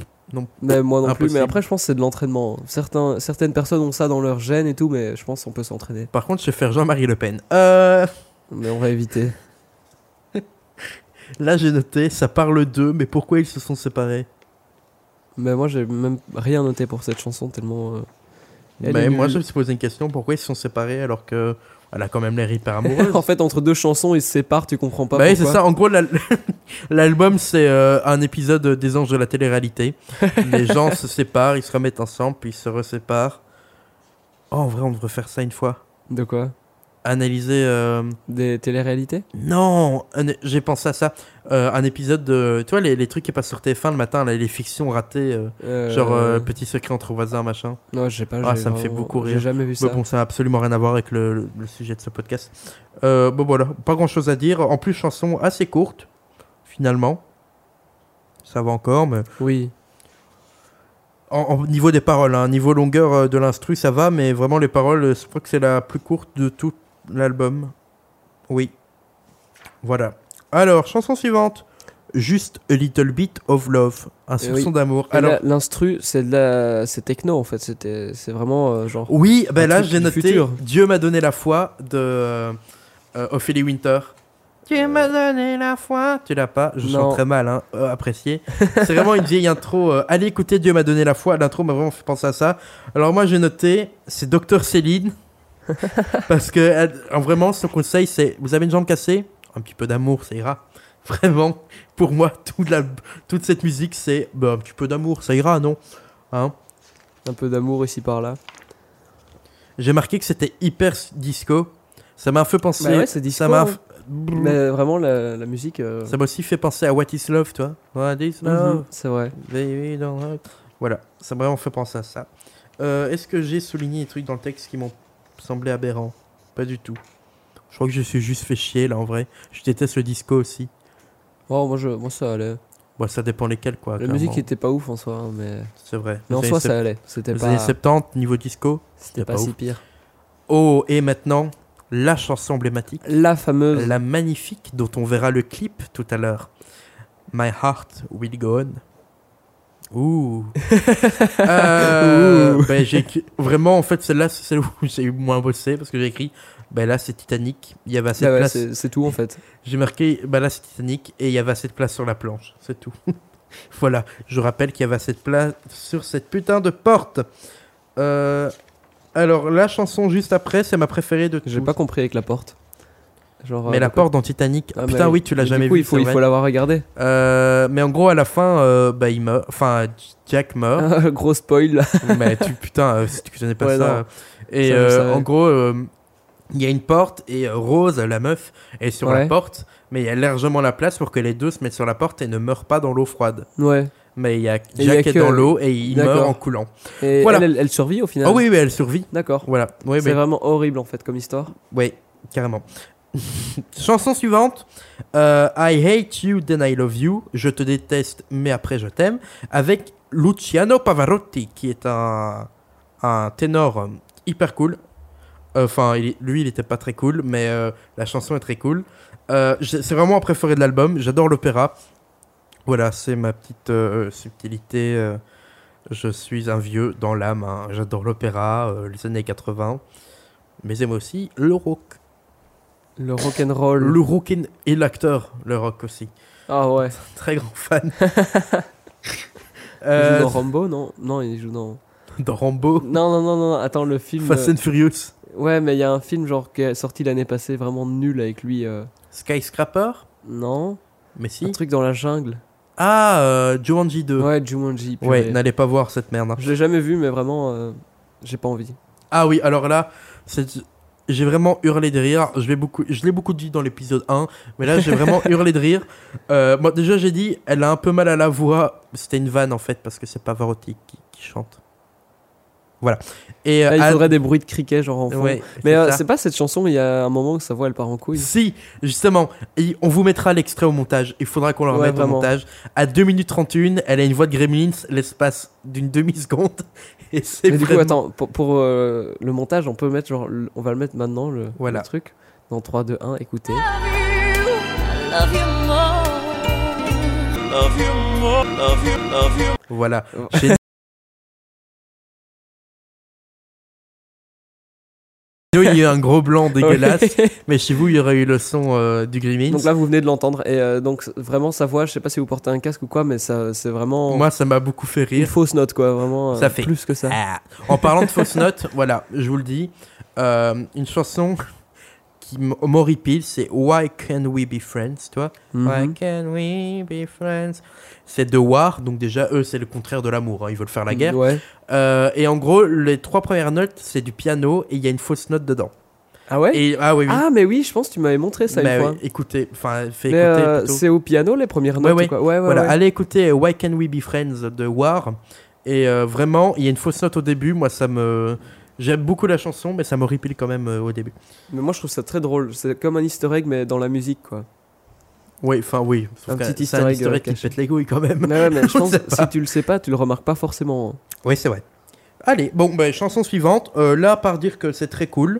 [SPEAKER 6] Mais moi non plus.
[SPEAKER 5] Impossible.
[SPEAKER 6] Mais après, je pense que c'est de l'entraînement. Certains, certaines personnes ont ça dans leur gène et tout, mais je pense qu'on peut s'entraîner.
[SPEAKER 5] Par contre, je sais faire Jean-Marie Le Pen. Euh,
[SPEAKER 6] Mais on va éviter.
[SPEAKER 5] là, j'ai noté, ça parle d'eux, mais pourquoi ils se sont séparés
[SPEAKER 6] Mais moi, j'ai même rien noté pour cette chanson tellement. euh, elle
[SPEAKER 5] Mais
[SPEAKER 6] est
[SPEAKER 5] Bah, Moi,
[SPEAKER 6] nulle.
[SPEAKER 5] je me suis posé une question pourquoi ils se sont séparés alors que elle a quand même l'air hyper amoureuse
[SPEAKER 6] en fait, entre deux chansons, ils se séparent, tu comprends pas.
[SPEAKER 5] Bah oui, c'est
[SPEAKER 6] pourquoi.
[SPEAKER 5] ça. En gros, l'al- l'album, c'est euh, un épisode des anges de la télé-réalité. Les gens se séparent, ils se remettent ensemble, puis ils se reséparent. Oh, en vrai, on devrait faire ça une fois.
[SPEAKER 6] De quoi
[SPEAKER 5] Analyser. euh,
[SPEAKER 6] Des téléréalités
[SPEAKER 5] Non, un- j'ai pensé à ça. Euh, un épisode de. Tu vois, les, les trucs qui passent sur TF1 le matin, là, les fictions ratées. euh,
[SPEAKER 6] Euh,
[SPEAKER 5] Genre euh, petit secret entre voisins, machin.
[SPEAKER 6] Non, j'ai pas.
[SPEAKER 5] ah,
[SPEAKER 6] j'ai
[SPEAKER 5] ça me fait
[SPEAKER 6] vraiment-
[SPEAKER 5] beaucoup
[SPEAKER 6] J'ai
[SPEAKER 5] rire.
[SPEAKER 6] jamais vu ça.
[SPEAKER 5] Mais Bah bon, ça n'a absolument rien à voir avec le, le- le sujet de ce podcast. Euh, bon, voilà, pas grand chose à dire. En plus, chanson assez courte, finalement. Ça va encore, mais.
[SPEAKER 6] Oui.
[SPEAKER 5] En, en- niveau des paroles, hein, niveau longueur euh, de l'instru, ça va, mais vraiment, les paroles, euh, je crois que c'est la plus courte de tout l'album. Oui. Voilà. Alors, chanson suivante. Juste a little bit of love. Un
[SPEAKER 6] Eh oui.
[SPEAKER 5] soupçon d'amour.
[SPEAKER 6] Et
[SPEAKER 5] Alors.
[SPEAKER 6] là, L'instru, c'est de la... c'est techno en fait. C'était... C'est vraiment euh, genre.
[SPEAKER 5] Oui,
[SPEAKER 6] Un
[SPEAKER 5] ben là
[SPEAKER 6] truc
[SPEAKER 5] j'ai
[SPEAKER 6] du
[SPEAKER 5] noté
[SPEAKER 6] futur.
[SPEAKER 5] Dieu m'a donné la foi de euh, euh, Ophélie Winter. Dieu m'a donné la foi. Tu l'as pas, je
[SPEAKER 6] Non.
[SPEAKER 5] chante très mal, hein. euh, apprécié. C'est vraiment une vieille intro. euh, allez écouter Dieu m'a donné la foi. L'intro m'a vraiment fait penser à ça. Alors moi j'ai noté, c'est Docteur Céline. parce que elle- euh, vraiment son conseil c'est, vous avez une jambe cassée Un petit peu d'amour, ça ira. Vraiment, pour moi, toute, la, toute cette musique c'est bah, un petit peu d'amour, ça ira, non Hein
[SPEAKER 6] Un peu d'amour ici par là.
[SPEAKER 5] J'ai marqué que c'était hyper s- disco. Ça m'a un peu pensé.
[SPEAKER 6] Bah ouais, c'est disco,
[SPEAKER 5] Ça m'a.
[SPEAKER 6] hein.
[SPEAKER 5] f-
[SPEAKER 6] Mais vraiment, la, la musique. euh,
[SPEAKER 5] Ça m'a aussi fait penser à What Is Love, toi. What Is
[SPEAKER 6] mhm,
[SPEAKER 5] Love,
[SPEAKER 6] C'est vrai.
[SPEAKER 5] baby, don't hurt. Voilà, ça m'a vraiment fait penser à ça. Euh, Est-ce que j'ai souligné des trucs dans le texte qui m'ont semblé aberrants Pas du tout. Je crois que je suis juste fait chier là en vrai. Je déteste le disco aussi.
[SPEAKER 6] Oh, moi, je... moi ça allait.
[SPEAKER 5] Bon, ça dépend lesquels quoi.
[SPEAKER 6] La
[SPEAKER 5] Ah, clairement.
[SPEAKER 6] musique était pas ouf en soi, hein, mais.
[SPEAKER 5] C'est vrai.
[SPEAKER 6] Mais en
[SPEAKER 5] Les
[SPEAKER 6] soi,
[SPEAKER 5] années
[SPEAKER 6] ça
[SPEAKER 5] sept-
[SPEAKER 6] allait. C'était
[SPEAKER 5] les
[SPEAKER 6] pas.
[SPEAKER 5] années 70, niveau disco.
[SPEAKER 6] C'était
[SPEAKER 5] pas
[SPEAKER 6] pas
[SPEAKER 5] ouf.
[SPEAKER 6] si pire.
[SPEAKER 5] Oh, et maintenant, la chanson emblématique.
[SPEAKER 6] La fameuse. Ah
[SPEAKER 5] la magnifique dont on verra le clip tout à l'heure. My Heart Will Go On. Ouh. Euh, ben, j'ai écrit- vraiment en fait celle-là c'est celle où j'ai eu moins bossé parce que j'ai écrit ben là c'est Titanic, il y avait assez
[SPEAKER 6] Ah
[SPEAKER 5] de
[SPEAKER 6] ouais,
[SPEAKER 5] place.
[SPEAKER 6] c'est c'est tout en fait.
[SPEAKER 5] J'ai marqué ben là c'est Titanic et il y avait assez de place sur la planche, c'est tout. voilà, je rappelle qu'il y avait assez de place sur cette putain de porte. Euh, alors la chanson juste après, c'est ma préférée de
[SPEAKER 6] J'ai
[SPEAKER 5] toutes.
[SPEAKER 6] pas compris avec la porte. Genre,
[SPEAKER 5] Mais
[SPEAKER 6] euh,
[SPEAKER 5] la
[SPEAKER 6] pourquoi-
[SPEAKER 5] porte dans Titanic,
[SPEAKER 6] Ah,
[SPEAKER 5] putain
[SPEAKER 6] mais-
[SPEAKER 5] oui, tu l'as
[SPEAKER 6] mais
[SPEAKER 5] jamais
[SPEAKER 6] du coup,
[SPEAKER 5] vue.
[SPEAKER 6] Il faut,
[SPEAKER 5] c'est
[SPEAKER 6] il
[SPEAKER 5] vrai.
[SPEAKER 6] faut l'avoir regardé.
[SPEAKER 5] Euh, mais en gros, à la fin, euh, bah, il meurt. Enfin, J- Jack meurt.
[SPEAKER 6] Gros spoil là.
[SPEAKER 5] mais tu, putain, euh, si tu connais pas
[SPEAKER 6] Ah. Ouais,
[SPEAKER 5] ça.
[SPEAKER 6] non.
[SPEAKER 5] euh, Et
[SPEAKER 6] Ça, je
[SPEAKER 5] euh,
[SPEAKER 6] savais.
[SPEAKER 5] en gros, euh, il y a une porte et euh, Rose, la meuf, est sur la
[SPEAKER 6] Ouais.
[SPEAKER 5] porte. Mais il y a largement la place pour que les deux se mettent sur la porte et ne meurent pas dans l'eau froide.
[SPEAKER 6] Ouais.
[SPEAKER 5] Mais il y a
[SPEAKER 6] il y a
[SPEAKER 5] Jack est
[SPEAKER 6] que-
[SPEAKER 5] dans l'eau et il
[SPEAKER 6] D'accord.
[SPEAKER 5] meurt en coulant.
[SPEAKER 6] Et
[SPEAKER 5] Voilà.
[SPEAKER 6] elle, elle, elle survit au final.
[SPEAKER 5] Ah oui, mais elle survit.
[SPEAKER 6] D'accord.
[SPEAKER 5] Voilà. Oui,
[SPEAKER 6] c'est
[SPEAKER 5] mais
[SPEAKER 6] vraiment horrible en fait comme histoire.
[SPEAKER 5] Oui, carrément. Chanson suivante, euh, I hate you, then I love you, je te déteste, mais après je t'aime, avec Luciano Pavarotti, qui est un, un ténor euh, hyper cool. Euh, Enfin, il- lui, il était pas très cool, mais euh, la chanson est très cool. Euh, j'ai- c'est vraiment un préféré de l'album, j'adore l'opéra. Voilà, c'est ma petite euh, subtilité. euh, je suis un vieux dans l'âme, hein. j'adore l'opéra, euh, les années 80, mais j'aime aussi le rock.
[SPEAKER 6] Le rock'n'roll.
[SPEAKER 5] Le rock in- et l'acteur, le rock aussi.
[SPEAKER 6] Ah ouais.
[SPEAKER 5] Très grand fan.
[SPEAKER 6] Il
[SPEAKER 5] Euh,
[SPEAKER 6] joue dans Rambo, non Non, il joue dans.
[SPEAKER 5] dans Rambo,
[SPEAKER 6] Non, non, non, non, attends, le film.
[SPEAKER 5] Fast and Furious,
[SPEAKER 6] euh, Ouais, mais il y a un film genre qui est sorti l'année passée vraiment nul avec lui. euh,
[SPEAKER 5] Skyscraper,
[SPEAKER 6] Non
[SPEAKER 5] mais
[SPEAKER 6] Un
[SPEAKER 5] si.
[SPEAKER 6] truc dans la jungle.
[SPEAKER 5] Ah, euh, Jumanji 2. Ouais,
[SPEAKER 6] Ouais, Jumanji. purée.
[SPEAKER 5] n'allez pas voir cette merde. hein.
[SPEAKER 6] Je l'ai jamais vu, mais vraiment, euh, j'ai pas envie.
[SPEAKER 5] Ah oui, alors là, c'est j'ai vraiment hurlé de rire. Je, vais beaucoup, je l'ai beaucoup dit dans l'épisode 1, mais là, j'ai vraiment hurlé de rire. Euh, moi, déjà, j'ai dit, elle a un peu mal à la voix. C'était une vanne, en fait, parce que c'est Pavarotti qui, qui chante. Voilà. Et
[SPEAKER 6] Là,
[SPEAKER 5] euh,
[SPEAKER 6] il
[SPEAKER 5] Anne-
[SPEAKER 6] faudrait des bruits de criquet, genre en fond.
[SPEAKER 5] Ouais,
[SPEAKER 6] Ah, Mais euh,
[SPEAKER 5] ça.
[SPEAKER 6] c'est pas cette chanson, il y a un moment où sa voix elle part en couille.
[SPEAKER 5] Si, justement, et on vous mettra l'extrait au montage. Il faudra qu'on le
[SPEAKER 6] Ouais,
[SPEAKER 5] remette au
[SPEAKER 6] vraiment.
[SPEAKER 5] montage. À 2 minutes 31, elle a une voix de Gremlins l'espace d'une demi-seconde. Et c'est
[SPEAKER 6] Mais du coup,
[SPEAKER 5] vraiment-
[SPEAKER 6] attends, pour, pour, euh, le montage, on peut mettre genre, le- on va le mettre maintenant le,
[SPEAKER 5] Voilà.
[SPEAKER 6] le truc. Dans 3, 2, 1, écoutez.
[SPEAKER 5] Voilà.
[SPEAKER 6] Oh.
[SPEAKER 5] Chez nous, il y a eu un gros blanc dégueulasse. Mais chez vous, il y aurait eu le son euh, du Gremlins.
[SPEAKER 6] donc là, vous venez de l'entendre. Et euh, donc, vraiment, sa voix, je sais pas si vous portez un casque ou quoi, mais ça, c'est vraiment
[SPEAKER 5] Moi, ça m'a beaucoup fait
[SPEAKER 6] une
[SPEAKER 5] rire.
[SPEAKER 6] fausse note, quoi. Vraiment, euh,
[SPEAKER 5] Ça fait-
[SPEAKER 6] plus que ça.
[SPEAKER 5] Ah. En parlant de fausses notes, voilà, je vous le dis, euh, une chanson qui m- m'horripile, c'est Why Can We Be Friends, tu vois
[SPEAKER 6] Mhm.
[SPEAKER 5] Why Can We Be Friends C'est de War, donc déjà, eux, c'est le contraire de l'amour, hein, ils veulent faire la guerre.
[SPEAKER 6] Mm, Ouais.
[SPEAKER 5] Euh, et en gros, les trois premières notes, c'est du piano et il y a une fausse note dedans.
[SPEAKER 6] Ah ouais
[SPEAKER 5] Et, ah oui, oui.
[SPEAKER 6] Ah, mais oui, je pense que tu m'avais montré ça
[SPEAKER 5] Bah
[SPEAKER 6] une
[SPEAKER 5] oui,
[SPEAKER 6] fois.
[SPEAKER 5] écoutez, enfin, fais
[SPEAKER 6] Mais,
[SPEAKER 5] écouter.
[SPEAKER 6] euh,
[SPEAKER 5] plutôt.
[SPEAKER 6] c'est au piano les premières
[SPEAKER 5] Ouais,
[SPEAKER 6] notes
[SPEAKER 5] ouais.
[SPEAKER 6] ou quoi Ouais, ouais,
[SPEAKER 5] Voilà,
[SPEAKER 6] ouais.
[SPEAKER 5] allez écouter Why Can We Be Friends de War. Et euh, vraiment, il y a une fausse note au début. Moi, ça me. J'aime beaucoup la chanson, mais ça me ripile quand même euh, au début.
[SPEAKER 6] Mais moi je trouve ça très drôle. C'est comme un easter egg mais dans la musique quoi.
[SPEAKER 5] Oui, enfin, oui. Sauf
[SPEAKER 6] Un
[SPEAKER 5] que
[SPEAKER 6] petit
[SPEAKER 5] c'est
[SPEAKER 6] easter
[SPEAKER 5] un
[SPEAKER 6] egg,
[SPEAKER 5] easter
[SPEAKER 6] euh,
[SPEAKER 5] egg qui te
[SPEAKER 6] caché.
[SPEAKER 5] pète les couilles quand même.
[SPEAKER 6] Mais ouais, mais je
[SPEAKER 5] On
[SPEAKER 6] pense
[SPEAKER 5] sait pas.
[SPEAKER 6] si tu le sais pas, tu le remarques pas forcément. hein.
[SPEAKER 5] Oui, c'est vrai. Allez, bon, bah, chanson suivante. Euh, là, par dire que c'est très cool.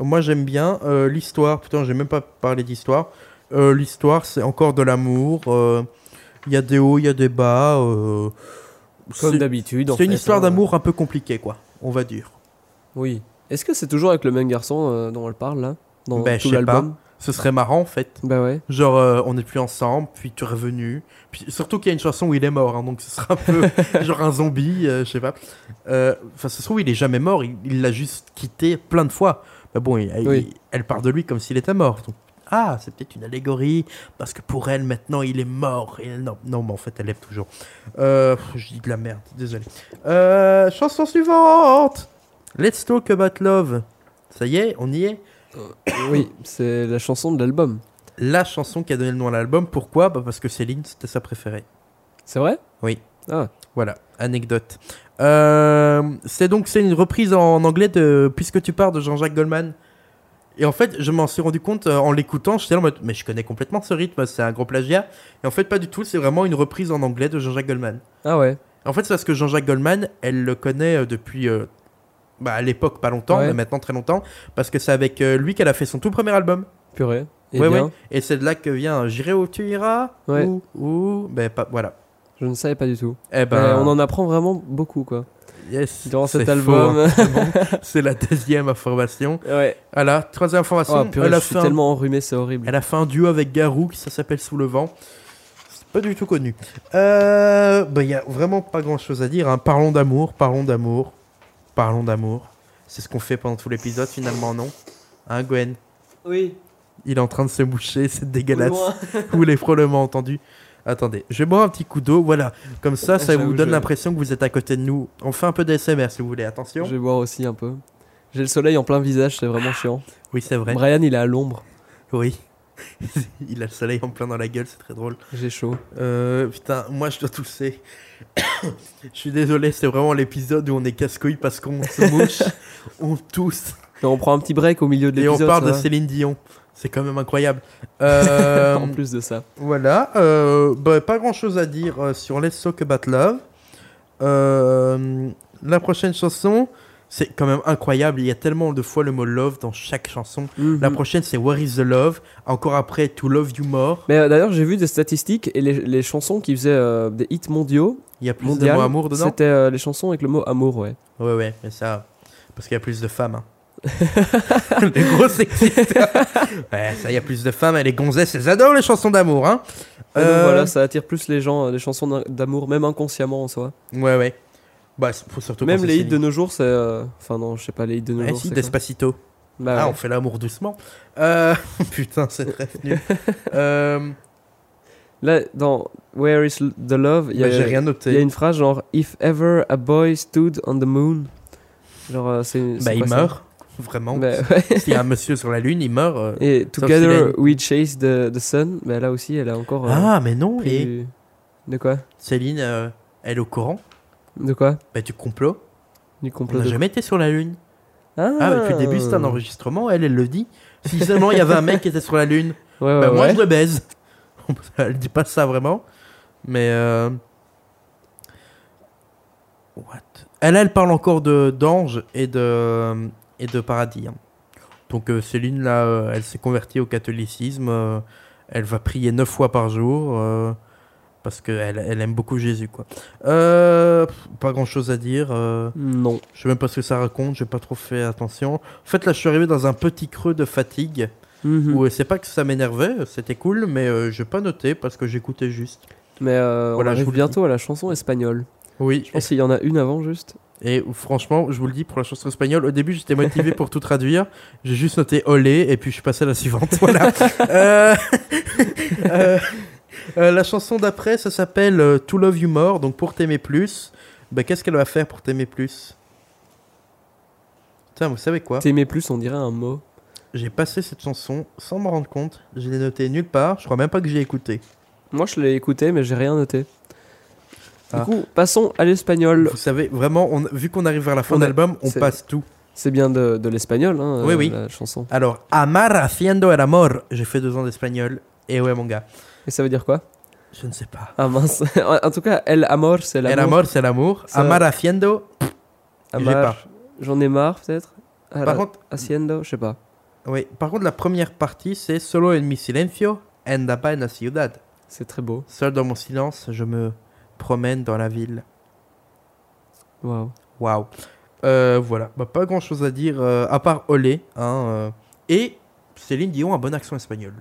[SPEAKER 5] euh, Moi, j'aime bien euh, l'histoire. Putain, j'ai même pas parlé d'histoire. Euh, l'histoire, c'est encore de l'amour. euh, Il y a des hauts, il y a des bas. euh,
[SPEAKER 6] Comme
[SPEAKER 5] c'est-
[SPEAKER 6] d'habitude. en
[SPEAKER 5] C'est une
[SPEAKER 6] fait,
[SPEAKER 5] histoire
[SPEAKER 6] hein.
[SPEAKER 5] d'amour un peu compliquée, quoi. On va dire.
[SPEAKER 6] Oui. Est-ce que c'est toujours avec le même garçon euh, dont elle parle là dans
[SPEAKER 5] Ben, je
[SPEAKER 6] tout
[SPEAKER 5] sais
[SPEAKER 6] l'album
[SPEAKER 5] Ce serait marrant, en fait.
[SPEAKER 6] Bah ouais.
[SPEAKER 5] Genre, euh, on n'est plus ensemble, puis tu es revenu. Puis, surtout qu'il y a une chanson où il est mort, hein, donc ce sera un peu genre un zombie, euh, je sais pas. Euh, Enfin, ce se trouve, il est jamais mort, il il l'a juste quitté plein de fois. Mais bon, il- il-
[SPEAKER 6] Oui.
[SPEAKER 5] elle part de lui comme s'il était mort. Donc, ah, c'est peut-être une allégorie, parce que pour elle, maintenant, il est mort. Et elle- non, non, mais en fait, elle l'aime toujours. Euh, pff, je dis de la merde, désolé. Euh, chanson suivante Let's talk about love. Ça y est, on y est
[SPEAKER 6] oui, c'est la chanson de l'album.
[SPEAKER 5] la chanson qui a donné le nom à l'album. Pourquoi Bah, Parce que Céline, c'était sa préférée.
[SPEAKER 6] C'est vrai
[SPEAKER 5] Oui.
[SPEAKER 6] Ah.
[SPEAKER 5] Voilà, anecdote. Euh, c'est donc c'est une reprise en anglais de Puisque tu pars de Jean-Jacques Goldman. Et en fait, je m'en suis rendu compte euh, en l'écoutant. J'étais là en mode, mais je connais complètement ce rythme, c'est un gros plagiat. Et en fait, pas du tout, c'est vraiment une reprise en anglais de Jean-Jacques Goldman.
[SPEAKER 6] Ah ouais.
[SPEAKER 5] En fait, c'est parce que Jean-Jacques Goldman, elle le connaît euh, depuis, euh, bah, à l'époque, pas longtemps,
[SPEAKER 6] Ouais.
[SPEAKER 5] mais maintenant très longtemps, parce que c'est avec euh, lui qu'elle a fait son tout premier album.
[SPEAKER 6] Purée. Et
[SPEAKER 5] Ouais,
[SPEAKER 6] Eh bien,
[SPEAKER 5] ouais. Et c'est de là que vient J'irai où tu iras
[SPEAKER 6] Ouais.
[SPEAKER 5] ou, ou- Ben, pas, voilà.
[SPEAKER 6] je ne savais pas du tout.
[SPEAKER 5] Eh ben,
[SPEAKER 6] Mais on en apprend vraiment beaucoup quoi.
[SPEAKER 5] yes,
[SPEAKER 6] Dans
[SPEAKER 5] c'est
[SPEAKER 6] cet
[SPEAKER 5] faux,
[SPEAKER 6] album.
[SPEAKER 5] hein. c'est la deuxième information.
[SPEAKER 6] ouais.
[SPEAKER 5] Voilà, troisième information.
[SPEAKER 6] Oh, purée,
[SPEAKER 5] elle, a
[SPEAKER 6] je suis
[SPEAKER 5] fait un,
[SPEAKER 6] tellement enrhumé, c'est horrible.
[SPEAKER 5] elle a fait un duo avec Garou qui ça s'appelle Sous le vent. C'est pas du tout connu. Euh, ben, il y a vraiment pas grand chose à dire. hein. Parlons d'amour, parlons d'amour, parlons d'amour. C'est ce qu'on fait pendant tout l'épisode, finalement, non Hein, Gwen
[SPEAKER 6] Oui.
[SPEAKER 5] Il est en train de se moucher, c'est dégueulasse. Vous l'avez probablement entendu. Attendez, je vais boire un petit coup d'eau, voilà. Comme ça, ça
[SPEAKER 6] J'avoue,
[SPEAKER 5] vous donne
[SPEAKER 6] je-
[SPEAKER 5] l'impression que vous êtes à côté de nous. On fait un peu d'ASMR si vous voulez, attention.
[SPEAKER 6] Je vais boire aussi un peu. J'ai le soleil en plein visage, c'est vraiment chiant.
[SPEAKER 5] Oui, c'est vrai.
[SPEAKER 6] Brian, il est à l'ombre.
[SPEAKER 5] Oui. Il a le soleil en plein dans la gueule, c'est très drôle.
[SPEAKER 6] J'ai chaud.
[SPEAKER 5] Euh, putain, moi je dois tousser. je suis désolé, c'est vraiment l'épisode où on est casse-couille parce qu'on se mouche, on tousse
[SPEAKER 6] Et on prend un petit break au milieu de
[SPEAKER 5] et on
[SPEAKER 6] l'épisode.
[SPEAKER 5] parle
[SPEAKER 6] ça
[SPEAKER 5] de
[SPEAKER 6] va.
[SPEAKER 5] Céline Dion. C'est quand même incroyable. Euh,
[SPEAKER 6] En plus de ça.
[SPEAKER 5] Voilà, euh, bah, pas grand chose à dire euh, sur Let's Talk About Love. Euh, la prochaine chanson, c'est quand même incroyable. Il y a tellement de fois le mot love dans chaque chanson. La
[SPEAKER 6] Mhm.
[SPEAKER 5] prochaine, c'est Where is the Love. Encore après, To Love You More.
[SPEAKER 6] Mais euh, d'ailleurs, j'ai vu des statistiques et les, les chansons qui faisaient euh, des hits mondiaux,
[SPEAKER 5] Il y a plus de
[SPEAKER 6] mondial,
[SPEAKER 5] mots amour dedans.
[SPEAKER 6] c'était euh, les chansons avec le mot amour, ouais.
[SPEAKER 5] Ouais, ouais, mais ça. Parce qu'il y a plus de femmes. hein. les gros sexistes. ouais, ça, il y a plus de femmes. Et les gonzesses, elles adorent les chansons d'amour. Hein.
[SPEAKER 6] Et donc,
[SPEAKER 5] Euh,
[SPEAKER 6] voilà, ça attire plus les gens, euh, les chansons d'in- d'amour, même inconsciemment en soi.
[SPEAKER 5] Euh, Ouais, ouais. Bah, c'est- faut surtout
[SPEAKER 6] Même
[SPEAKER 5] quand
[SPEAKER 6] les
[SPEAKER 5] c'est
[SPEAKER 6] hits de nos jours, c'est. euh, Enfin, non, je sais pas, les hits de nos
[SPEAKER 5] Céline. Ah,
[SPEAKER 6] jours.
[SPEAKER 5] si,
[SPEAKER 6] c'est quoi
[SPEAKER 5] Despacito.
[SPEAKER 6] Bah
[SPEAKER 5] Ah,
[SPEAKER 6] ouais.
[SPEAKER 5] on fait l'amour doucement. Euh, putain, c'est très nul. Euh,
[SPEAKER 6] Là, dans Where is the Love, il y a.
[SPEAKER 5] bah, J'ai rien
[SPEAKER 6] Il y a
[SPEAKER 5] noté.
[SPEAKER 6] une phrase genre If ever a boy stood on the moon. Genre, euh, c'est.
[SPEAKER 5] Bah,
[SPEAKER 6] c'est
[SPEAKER 5] il
[SPEAKER 6] quoi ça
[SPEAKER 5] meurt. Vraiment.
[SPEAKER 6] Mais, Bah, ouais.
[SPEAKER 5] S'il y a un monsieur sur la lune, il meurt. euh.
[SPEAKER 6] Et
[SPEAKER 5] Sauf s'il a
[SPEAKER 6] Together
[SPEAKER 5] une-
[SPEAKER 6] We Chase the, the Sun, bah, là aussi, elle a encore. euh,
[SPEAKER 5] Ah, mais non.
[SPEAKER 6] pris
[SPEAKER 5] Et
[SPEAKER 6] du- De quoi
[SPEAKER 5] Céline, euh, elle est au courant
[SPEAKER 6] De quoi
[SPEAKER 5] bah, du complot.
[SPEAKER 6] Du
[SPEAKER 5] On
[SPEAKER 6] complot
[SPEAKER 5] n'a
[SPEAKER 6] de...
[SPEAKER 5] jamais été sur la lune.
[SPEAKER 6] Ah,
[SPEAKER 5] Ah, depuis le début, c'est un enregistrement. Elle, elle le dit. Si seulement il y avait un mec qui était sur la lune,
[SPEAKER 6] Ouais, ouais,
[SPEAKER 5] bah, moi
[SPEAKER 6] Euh, ouais.
[SPEAKER 5] je le baise. elle dit pas ça vraiment. Mais. euh, What Elle, elle parle encore de d'ange et de, et de paradis. hein. Donc euh, Céline, là, euh, elle s'est convertie au catholicisme. euh, elle va prier neuf fois par jour. euh, parce qu'elle elle aime beaucoup Jésus, quoi. Euh, pff, pas grand chose à dire. euh.
[SPEAKER 6] Non.
[SPEAKER 5] Je sais même pas ce que ça raconte, j'ai pas trop fait attention. En fait, là, je suis arrivé dans un petit creux de fatigue
[SPEAKER 6] Mhm.
[SPEAKER 5] où euh, c'est pas que ça m'énervait, c'était cool, mais euh, j'ai pas noté parce que j'écoutais juste.
[SPEAKER 6] Mais euh,
[SPEAKER 5] Voilà,
[SPEAKER 6] on
[SPEAKER 5] je
[SPEAKER 6] arrive
[SPEAKER 5] vous le
[SPEAKER 6] bientôt à la chanson espagnole.
[SPEAKER 5] Oui,
[SPEAKER 6] Je pense qu'il y en a une avant, juste.
[SPEAKER 5] et, et franchement, je vous le dis pour la chanson espagnole, au début, j'étais motivé pour tout traduire, j'ai juste noté olé et puis je suis passé à la suivante. Voilà. Euh, euh, euh, la chanson d'après, ça s'appelle euh, To Love You More, donc pour t'aimer plus. Bah, qu'est-ce qu'elle va faire pour t'aimer plus Putain, vous savez quoi
[SPEAKER 6] T'aimais plus, on dirait un mot.
[SPEAKER 5] J'ai passé cette chanson sans m'en rendre compte. Je l'ai notée nulle part. Je crois même pas que j'ai écouté.
[SPEAKER 6] Moi, je l'ai écouté, mais j'ai rien noté.
[SPEAKER 5] Ah.
[SPEAKER 6] Du coup, passons à l'espagnol.
[SPEAKER 5] Vous savez, vraiment, on, vu qu'on arrive vers la fin
[SPEAKER 6] On
[SPEAKER 5] de
[SPEAKER 6] a-
[SPEAKER 5] l'album, on
[SPEAKER 6] c'est-
[SPEAKER 5] passe tout.
[SPEAKER 6] C'est bien de, de l'espagnol, hein,
[SPEAKER 5] Oui,
[SPEAKER 6] euh,
[SPEAKER 5] oui.
[SPEAKER 6] la chanson.
[SPEAKER 5] Alors, Amar haciendo el amor. J'ai fait deux ans d'espagnol. Et ouais, mon gars.
[SPEAKER 6] Et ça veut dire quoi
[SPEAKER 5] Je ne sais pas.
[SPEAKER 6] Ah mince. en tout cas, El Amor, c'est
[SPEAKER 5] El
[SPEAKER 6] l'amour.
[SPEAKER 5] amor, c'est l'amour.
[SPEAKER 6] Ça-
[SPEAKER 5] Amar haciendo. J'ai
[SPEAKER 6] Amar.
[SPEAKER 5] pas.
[SPEAKER 6] J'en ai marre, peut-être.
[SPEAKER 5] Par contre,
[SPEAKER 6] Haciendo, je sais pas.
[SPEAKER 5] oui. Par contre, la première partie, c'est Solo en mi silencio, andaba en la ciudad.
[SPEAKER 6] C'est très beau.
[SPEAKER 5] Seul dans mon silence, je me promène dans la ville.
[SPEAKER 6] Waouh.
[SPEAKER 5] Waouh. Euh, voilà, Bah, pas grand chose à dire euh, à part olé. Hein, euh, Et Céline Dion a un bon accent espagnol.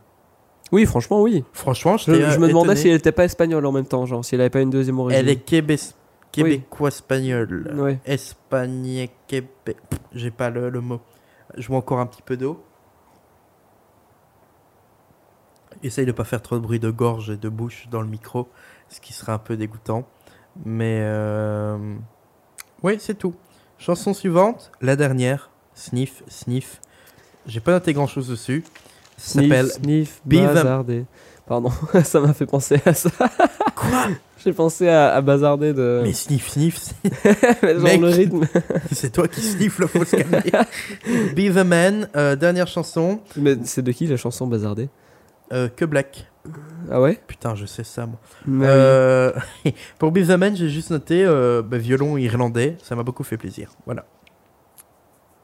[SPEAKER 6] Oui, franchement, oui.
[SPEAKER 5] Franchement,
[SPEAKER 6] Je,
[SPEAKER 5] j'étais,
[SPEAKER 6] je
[SPEAKER 5] euh,
[SPEAKER 6] me demandais
[SPEAKER 5] étonné.
[SPEAKER 6] si elle était pas espagnole en même temps, genre si elle avait pas une deuxième origine.
[SPEAKER 5] Elle est québé- québécois-espagnole.
[SPEAKER 6] Oui.
[SPEAKER 5] Espagne, Québec. Pff, J'ai pas le, le mot. Je bois encore un petit peu d'eau. Essaye de pas faire trop de bruit de gorge et de bouche dans le micro, ce qui serait un peu dégoûtant. Mais euh, oui, c'est tout. Chanson suivante, la dernière. Sniff, sniff. J'ai pas noté grand chose dessus. Ça s'appelle
[SPEAKER 6] Sniff, sniff,
[SPEAKER 5] Beaver.
[SPEAKER 6] bazarder. Pardon, ça m'a fait penser à ça.
[SPEAKER 5] quoi
[SPEAKER 6] J'ai pensé à, à bazarder de.
[SPEAKER 5] Mais sniff, sniff, c'est-
[SPEAKER 6] Mais genre
[SPEAKER 5] mec.
[SPEAKER 6] le rythme.
[SPEAKER 5] c'est toi qui sniffle, faut se calmer. Be the man, euh, dernière chanson.
[SPEAKER 6] Mais c'est de qui la chanson bazarder
[SPEAKER 5] euh, que Black.
[SPEAKER 6] Ah ouais
[SPEAKER 5] Putain, je sais ça, moi.
[SPEAKER 6] Mais
[SPEAKER 5] Euh, pour Be The Man, j'ai juste noté euh, bah, violon irlandais. Ça m'a beaucoup fait plaisir. Voilà.
[SPEAKER 6] oui.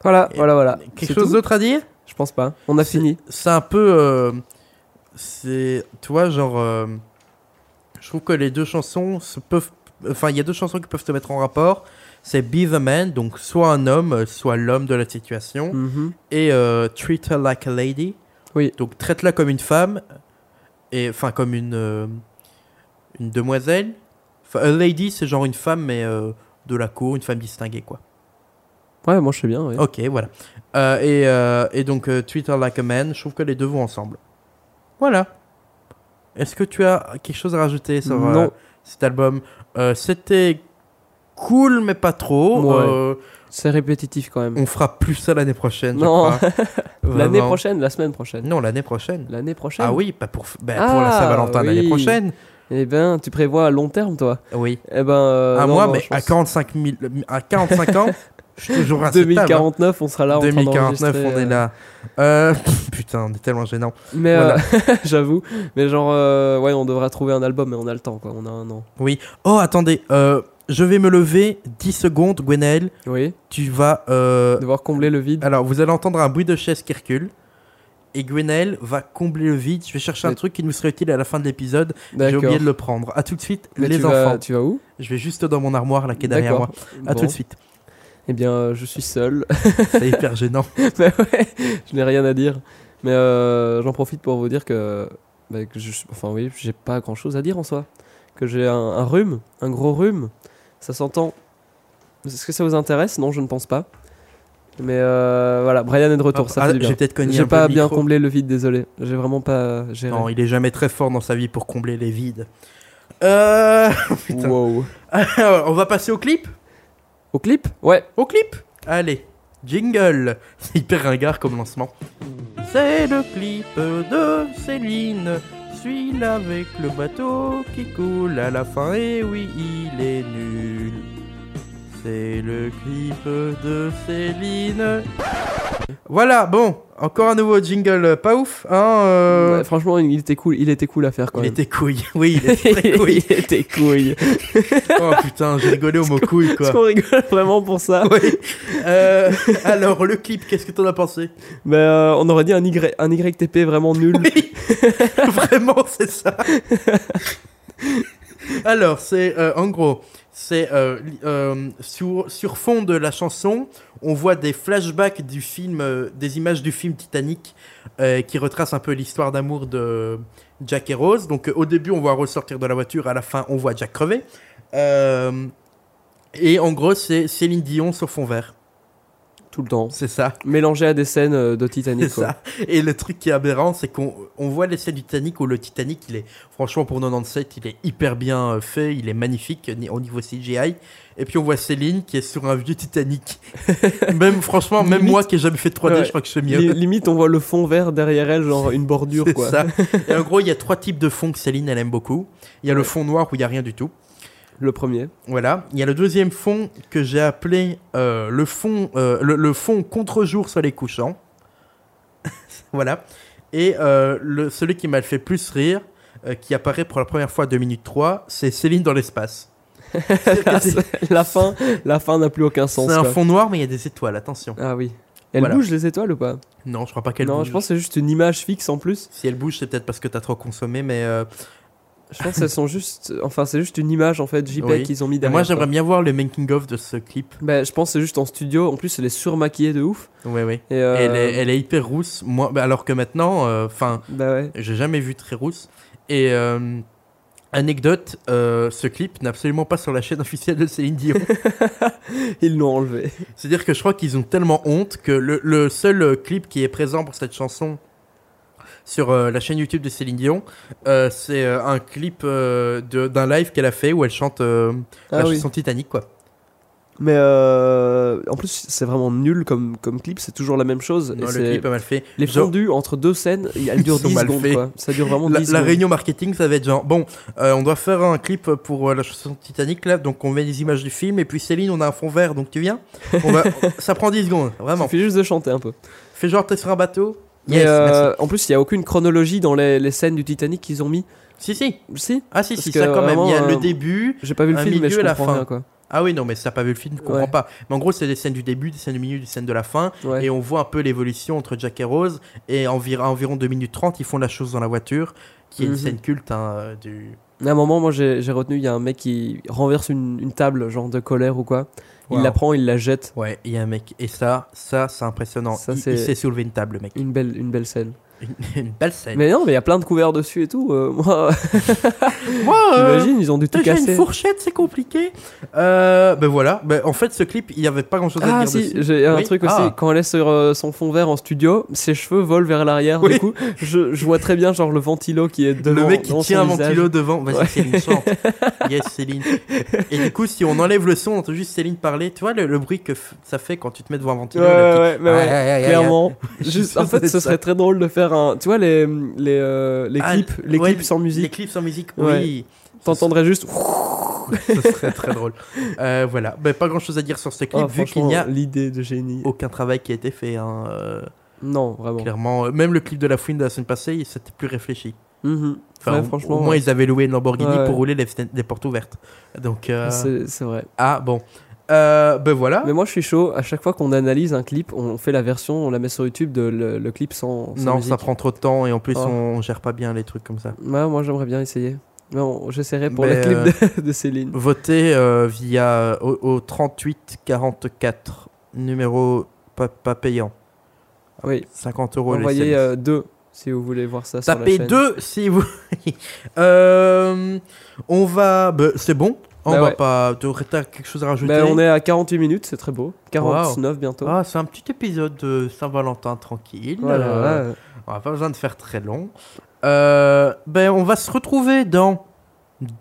[SPEAKER 6] Voilà,
[SPEAKER 5] et-
[SPEAKER 6] voilà, voilà.
[SPEAKER 5] Quelque
[SPEAKER 6] C'est
[SPEAKER 5] chose
[SPEAKER 6] tout
[SPEAKER 5] d'autre à dire
[SPEAKER 6] Je pense pas. On a fini.
[SPEAKER 5] C'est un peu. euh, c'est. Tu vois, genre. euh, je trouve que les deux chansons se peuvent. Enfin, il y a deux chansons qui peuvent se mettre en rapport. C'est Be the Man, donc soit un homme, euh, soit l'homme de la situation.
[SPEAKER 6] Mhm.
[SPEAKER 5] et euh, Treat her like a lady.
[SPEAKER 6] Oui.
[SPEAKER 5] Donc traite-la comme une femme, et enfin comme une euh, une demoiselle. Enfin, a lady, c'est genre une femme mais euh, de la cour, une femme distinguée quoi.
[SPEAKER 6] Ouais, moi je sais bien. oui.
[SPEAKER 5] Ok, voilà. Euh, et, euh, et donc euh, treat her like a man. Je trouve que les deux vont ensemble. Voilà. Est-ce que tu as quelque chose à rajouter sur euh,
[SPEAKER 6] Non.
[SPEAKER 5] cet album Euh, C'était cool mais pas trop.
[SPEAKER 6] Ouais.
[SPEAKER 5] Euh,
[SPEAKER 6] C'est répétitif quand même.
[SPEAKER 5] on fera plus ça l'année prochaine. je
[SPEAKER 6] Non.
[SPEAKER 5] crois.
[SPEAKER 6] L'année
[SPEAKER 5] Vraiment.
[SPEAKER 6] prochaine, la semaine prochaine.
[SPEAKER 5] Non, l'année prochaine.
[SPEAKER 6] L'année prochaine
[SPEAKER 5] Ah oui, pas pour, bah,
[SPEAKER 6] Ah,
[SPEAKER 5] pour la Saint-Valentin l'année
[SPEAKER 6] oui.
[SPEAKER 5] prochaine.
[SPEAKER 6] Eh ben, tu prévois à long terme, toi
[SPEAKER 5] Oui.
[SPEAKER 6] Eh ben. euh,
[SPEAKER 5] à
[SPEAKER 6] non,
[SPEAKER 5] Ah, moi,
[SPEAKER 6] non,
[SPEAKER 5] mais
[SPEAKER 6] je
[SPEAKER 5] à hein.
[SPEAKER 6] pense-
[SPEAKER 5] 45, 000 à 45 ans, je suis toujours à
[SPEAKER 6] 2049, on sera là en train
[SPEAKER 5] 2049, on
[SPEAKER 6] d'enregistrer,
[SPEAKER 5] est là. Euh, putain, on est tellement gênant.
[SPEAKER 6] Mais euh, j'avoue, mais genre, euh, ouais, on devra trouver un album, mais on a le temps, quoi. On a un an.
[SPEAKER 5] Oui. Oh, attendez. euh, je vais me lever 10 secondes, Gwenaël.
[SPEAKER 6] Oui,
[SPEAKER 5] Tu vas. euh,
[SPEAKER 6] devoir combler le vide.
[SPEAKER 5] Alors, vous allez entendre un bruit de chaise qui recule. Et Gwenaël va combler le vide. Je vais chercher un
[SPEAKER 6] Mais-
[SPEAKER 5] truc qui nous serait utile à la fin de l'épisode. J'ai
[SPEAKER 6] D'accord.
[SPEAKER 5] oublié de le prendre. À tout de suite,
[SPEAKER 6] Mais
[SPEAKER 5] les
[SPEAKER 6] tu
[SPEAKER 5] enfants.
[SPEAKER 6] vas, tu vas où
[SPEAKER 5] Je vais juste dans mon armoire là qui est derrière moi.
[SPEAKER 6] D'accord.
[SPEAKER 5] À
[SPEAKER 6] Bon.
[SPEAKER 5] tout de suite.
[SPEAKER 6] Eh bien, euh, je suis seul.
[SPEAKER 5] C'est hyper gênant.
[SPEAKER 6] Bah ouais, je n'ai rien à dire. Mais euh, j'en profite pour vous dire que, bah, que je, enfin oui, j'ai pas grand chose à dire en soi. Que j'ai un, un rhume, un gros rhume. Ça s'entend. Est-ce que ça vous intéresse Non, je ne pense pas. Mais euh, voilà, Brian est de retour, ça
[SPEAKER 5] Ah,
[SPEAKER 6] fait du bien.
[SPEAKER 5] J'ai peut-être cogné un
[SPEAKER 6] J'ai
[SPEAKER 5] peu
[SPEAKER 6] pas
[SPEAKER 5] le
[SPEAKER 6] bien
[SPEAKER 5] micro.
[SPEAKER 6] comblé le vide, désolé. J'ai vraiment pas géré.
[SPEAKER 5] Non, il est jamais très fort dans sa vie pour combler les vides. Euh... putain.
[SPEAKER 6] wow.
[SPEAKER 5] Alors, on va passer au clip
[SPEAKER 6] Au clip Ouais.
[SPEAKER 5] Au clip Allez. Jingle C'est hyper ringard comme lancement. C'est le clip de Céline. Suis-le avec le bateau qui coule à la fin. Et oui, il est nul. C'est le clip de Céline. Voilà, bon, encore un nouveau jingle euh, pas ouf, hein euh,
[SPEAKER 6] Ouais, franchement, il était cool, il était cool à faire quand
[SPEAKER 5] Il
[SPEAKER 6] même.
[SPEAKER 5] était couille, oui, il était très couille.
[SPEAKER 6] il était couille.
[SPEAKER 5] Oh putain, j'ai rigolé au mot couille
[SPEAKER 6] Est-ce
[SPEAKER 5] quoi.
[SPEAKER 6] qu'on rigole vraiment pour ça
[SPEAKER 5] Ouais. Euh, alors, le clip, qu'est-ce que t'en as pensé
[SPEAKER 6] Mais euh, on aurait dit un, y, un YTP vraiment nul.
[SPEAKER 5] Oui, vraiment, c'est ça. Alors, c'est euh, en gros, c'est euh, li- euh, sur, sur fond de la chanson, on voit des flashbacks du film, euh, des images du film Titanic euh, qui retrace un peu l'histoire d'amour de Jack et Rose. Donc, euh, au début, on voit ressortir de la voiture, à la fin, on voit Jack crever. Euh, et en gros, c'est Céline Dion sur fond vert.
[SPEAKER 6] Tout le temps.
[SPEAKER 5] C'est ça.
[SPEAKER 6] Mélangé à des scènes euh, de Titanic.
[SPEAKER 5] C'est
[SPEAKER 6] quoi.
[SPEAKER 5] ça. Et le truc qui est aberrant, c'est qu'on on voit l'essai du Titanic où le Titanic, il est, franchement, pour 97, il est hyper bien euh, fait, il est magnifique euh, ni- au niveau CGI. Et puis on voit Céline qui est sur un vieux Titanic. même, franchement, même
[SPEAKER 6] Limite.
[SPEAKER 5] moi qui ai jamais fait de 3D,
[SPEAKER 6] Ouais.
[SPEAKER 5] je crois que je fais
[SPEAKER 6] Li-
[SPEAKER 5] mieux.
[SPEAKER 6] limite, on voit le fond vert derrière elle, genre une bordure
[SPEAKER 5] C'est
[SPEAKER 6] quoi.
[SPEAKER 5] ça. Et en gros, il y a trois types de fonds que Céline, elle aime beaucoup. Il y a le fond noir où il n'y a rien du tout.
[SPEAKER 6] Le premier.
[SPEAKER 5] Voilà. Il y a le deuxième fond que j'ai appelé euh, le fond, euh, le, le fond contre-jour soleil couchant. voilà. Et euh, le, celui qui m'a fait plus rire, euh, qui apparaît pour la première fois à 2 minutes 3, c'est Céline dans l'espace.
[SPEAKER 6] Ah,
[SPEAKER 5] C'est-à-dire que c'est-
[SPEAKER 6] la fin, la fin n'a plus aucun sens.
[SPEAKER 5] c'est un
[SPEAKER 6] quoi.
[SPEAKER 5] fond noir, mais il y a des étoiles, attention.
[SPEAKER 6] Ah oui. Elle
[SPEAKER 5] Voilà.
[SPEAKER 6] bouge les étoiles ou pas
[SPEAKER 5] Non, je crois pas qu'elle
[SPEAKER 6] Non,
[SPEAKER 5] bouge.
[SPEAKER 6] je pense que c'est juste une image fixe en plus.
[SPEAKER 5] Si elle bouge, c'est peut-être parce que t'as trop consommé, mais euh,
[SPEAKER 6] Je pense qu'elles sont juste, enfin c'est juste une image en fait JPEG
[SPEAKER 5] Oui.
[SPEAKER 6] qu'ils ont mis
[SPEAKER 5] mais
[SPEAKER 6] derrière.
[SPEAKER 5] moi j'aimerais
[SPEAKER 6] quoi.
[SPEAKER 5] bien voir le making-of de ce clip.
[SPEAKER 6] Bah, je pense que c'est juste en studio. En plus, elle est surmaquillée de ouf.
[SPEAKER 5] Ouais, ouais.
[SPEAKER 6] Et, euh,
[SPEAKER 5] Et Elle, est, elle est hyper rousse, moi, bah, alors que maintenant, enfin,
[SPEAKER 6] Bah ouais.
[SPEAKER 5] J'ai jamais vu très rousse. Et euh, anecdote, euh, ce clip n'est absolument pas sur la chaîne officielle de Céline Dion.
[SPEAKER 6] Ils l'ont enlevée.
[SPEAKER 5] C'est-à-dire que je crois qu'ils ont tellement honte que le, le seul euh, clip qui est présent pour cette chanson sur euh, la chaîne YouTube de Céline Dion, euh, c'est euh, un clip euh, de- d'un live qu'elle a fait où elle chante euh,
[SPEAKER 6] Ah
[SPEAKER 5] la
[SPEAKER 6] oui.
[SPEAKER 5] chanson Titanic, quoi.
[SPEAKER 6] Mais euh, en plus, c'est vraiment nul comme, comme clip, c'est toujours la même chose.
[SPEAKER 5] Non,
[SPEAKER 6] et
[SPEAKER 5] le
[SPEAKER 6] c'est-
[SPEAKER 5] clip est mal fait.
[SPEAKER 6] les
[SPEAKER 5] Genre,
[SPEAKER 6] fondus entre deux scènes, elles durent
[SPEAKER 5] sont
[SPEAKER 6] 10
[SPEAKER 5] mal
[SPEAKER 6] secondes.
[SPEAKER 5] faits.
[SPEAKER 6] Quoi. Ça dure vraiment
[SPEAKER 5] La,
[SPEAKER 6] 10
[SPEAKER 5] la
[SPEAKER 6] secondes.
[SPEAKER 5] réunion marketing, ça va être genre bon, euh, on doit faire un clip pour euh, la chanson Titanic là, donc on met des images du film et puis Céline, on a un fond vert, donc tu viens. On va- ça prend 10 secondes,
[SPEAKER 6] Il
[SPEAKER 5] vraiment.
[SPEAKER 6] suffit juste de chanter un peu.
[SPEAKER 5] Fais genre t'es sur un bateau.
[SPEAKER 6] Mais
[SPEAKER 5] Yes,
[SPEAKER 6] euh,
[SPEAKER 5] merci.
[SPEAKER 6] en plus, il n'y a aucune chronologie dans les, les scènes du Titanic qu'ils ont mis.
[SPEAKER 5] Si si.
[SPEAKER 6] Si
[SPEAKER 5] Ah si
[SPEAKER 6] Parce
[SPEAKER 5] si,
[SPEAKER 6] que
[SPEAKER 5] ça quand même. Il y a
[SPEAKER 6] vraiment,
[SPEAKER 5] le
[SPEAKER 6] euh,
[SPEAKER 5] début.
[SPEAKER 6] J'ai pas vu le
[SPEAKER 5] Un
[SPEAKER 6] film, mais je
[SPEAKER 5] milieu et la
[SPEAKER 6] comprends
[SPEAKER 5] fin.
[SPEAKER 6] rien. Quoi.
[SPEAKER 5] Ah oui non mais si t'as pas vu le film, tu comprends
[SPEAKER 6] Ouais.
[SPEAKER 5] pas. Mais en gros c'est des scènes du début, des scènes du milieu, des scènes de la fin,
[SPEAKER 6] Ouais.
[SPEAKER 5] et on voit un peu l'évolution entre Jack et Rose. Et environ environ 2 minutes 30 ils font la chose dans la voiture, qui est
[SPEAKER 6] Mhm.
[SPEAKER 5] une scène culte hein, euh, du.
[SPEAKER 6] À un moment, moi, j'ai j'ai retenu, il y a un mec qui renverse une, une table, genre de colère ou quoi. Il
[SPEAKER 5] Wow.
[SPEAKER 6] la prend, il la jette.
[SPEAKER 5] Ouais, il y a un mec. Et ça, ça, c'est impressionnant.
[SPEAKER 6] Ça,
[SPEAKER 5] il
[SPEAKER 6] c'est-
[SPEAKER 5] il sait soulever une table, le mec.
[SPEAKER 6] Une belle, une belle scène.
[SPEAKER 5] Une, une belle scène.
[SPEAKER 6] Mais non, mais il y a plein de couverts dessus et tout. euh, moi,
[SPEAKER 5] Moi, euh,
[SPEAKER 6] j'imagine, ils ont dû tout
[SPEAKER 5] déjà une
[SPEAKER 6] casser.
[SPEAKER 5] fourchette, c'est compliqué. Euh, ben voilà. Ben, en fait, ce clip, il n'y avait pas grand chose à
[SPEAKER 6] Ah
[SPEAKER 5] dire
[SPEAKER 6] si,
[SPEAKER 5] dessus.
[SPEAKER 6] j'ai un
[SPEAKER 5] Oui.
[SPEAKER 6] truc aussi.
[SPEAKER 5] Ah.
[SPEAKER 6] Quand elle est sur euh, son fond vert en studio, ses cheveux volent vers l'arrière. Du
[SPEAKER 5] Oui.
[SPEAKER 6] coup, je, je vois très bien genre le ventilo qui est devant.
[SPEAKER 5] Le mec qui
[SPEAKER 6] dans son
[SPEAKER 5] tient un
[SPEAKER 6] visage.
[SPEAKER 5] ventilo devant. Vas-y,
[SPEAKER 6] Ouais.
[SPEAKER 5] Céline, chante. yes, Céline. Et du coup, si on enlève le son, on entend juste Céline parler. Tu vois le, le bruit que f- ça fait quand tu te mets devant un
[SPEAKER 6] Ouais,
[SPEAKER 5] ventilo
[SPEAKER 6] ouais,
[SPEAKER 5] là, qui-
[SPEAKER 6] ouais, mais
[SPEAKER 5] Ah,
[SPEAKER 6] ouais,
[SPEAKER 5] ah, ah, ah,
[SPEAKER 6] clairement. Juste,
[SPEAKER 5] sûr
[SPEAKER 6] en
[SPEAKER 5] que
[SPEAKER 6] fait,
[SPEAKER 5] c'est
[SPEAKER 6] ce
[SPEAKER 5] ça.
[SPEAKER 6] serait très drôle de faire un. Tu vois les les, euh, les
[SPEAKER 5] Ah,
[SPEAKER 6] clips, les
[SPEAKER 5] ouais,
[SPEAKER 6] clips sans
[SPEAKER 5] Les
[SPEAKER 6] musique.
[SPEAKER 5] clips sans musique,
[SPEAKER 6] Ouais.
[SPEAKER 5] oui.
[SPEAKER 6] T'entendrais juste.
[SPEAKER 5] Oh, Ce serait très drôle. Euh, voilà. Ben, pas grand chose à dire sur ce clip,
[SPEAKER 6] Oh,
[SPEAKER 5] vu qu'il
[SPEAKER 6] franchement,
[SPEAKER 5] n'y a Oh.
[SPEAKER 6] l'idée de génie.
[SPEAKER 5] aucun travail qui a été fait. Hein. euh,
[SPEAKER 6] Non, vraiment.
[SPEAKER 5] Clairement, euh, même le clip de la fouine de la semaine passée, il- c'était plus réfléchi.
[SPEAKER 6] Mhm.
[SPEAKER 5] Enfin,
[SPEAKER 6] Ouais,
[SPEAKER 5] au-
[SPEAKER 6] franchement,
[SPEAKER 5] au moins
[SPEAKER 6] ouais.
[SPEAKER 5] ils avaient loué une Lamborghini
[SPEAKER 6] Ouais, ouais.
[SPEAKER 5] pour rouler les, fenêtres- les portes ouvertes. Donc euh,
[SPEAKER 6] C'est c'est vrai.
[SPEAKER 5] ah bon, Euh, ben voilà.
[SPEAKER 6] Mais moi, je suis chaud. À chaque fois qu'on analyse un clip, on fait la version, on la met sur YouTube de le, le clip sans. sans
[SPEAKER 5] non,
[SPEAKER 6] musique.
[SPEAKER 5] ça prend trop de temps et en plus
[SPEAKER 6] Oh.
[SPEAKER 5] on gère pas bien les trucs comme ça.
[SPEAKER 6] Ouais, moi j'aimerais bien essayer. Mais on- j'essaierai pour
[SPEAKER 5] Mais, euh,
[SPEAKER 6] le clip de, de Céline.
[SPEAKER 5] Votez euh, via euh, au, au 38 44 numéro pas, pas payant,
[SPEAKER 6] Oui,
[SPEAKER 5] 50 euros. les
[SPEAKER 6] envoyez
[SPEAKER 5] SMS.
[SPEAKER 6] euh, deux si vous voulez voir ça. sur la
[SPEAKER 5] Tapez
[SPEAKER 6] chaîne.
[SPEAKER 5] 2 si vous. Euh, on va, ben, c'est bon. On
[SPEAKER 6] Bah
[SPEAKER 5] va
[SPEAKER 6] ouais.
[SPEAKER 5] pas. T'as quelque chose à rajouter
[SPEAKER 6] Ben, on est à 48 minutes, c'est très beau. 49 bientôt.
[SPEAKER 5] Ah, c'est un petit épisode de Saint-Valentin tranquille.
[SPEAKER 6] Voilà,
[SPEAKER 5] Euh,
[SPEAKER 6] ouais.
[SPEAKER 5] On n'a pas besoin de faire très long. Euh, ben, on va se retrouver dans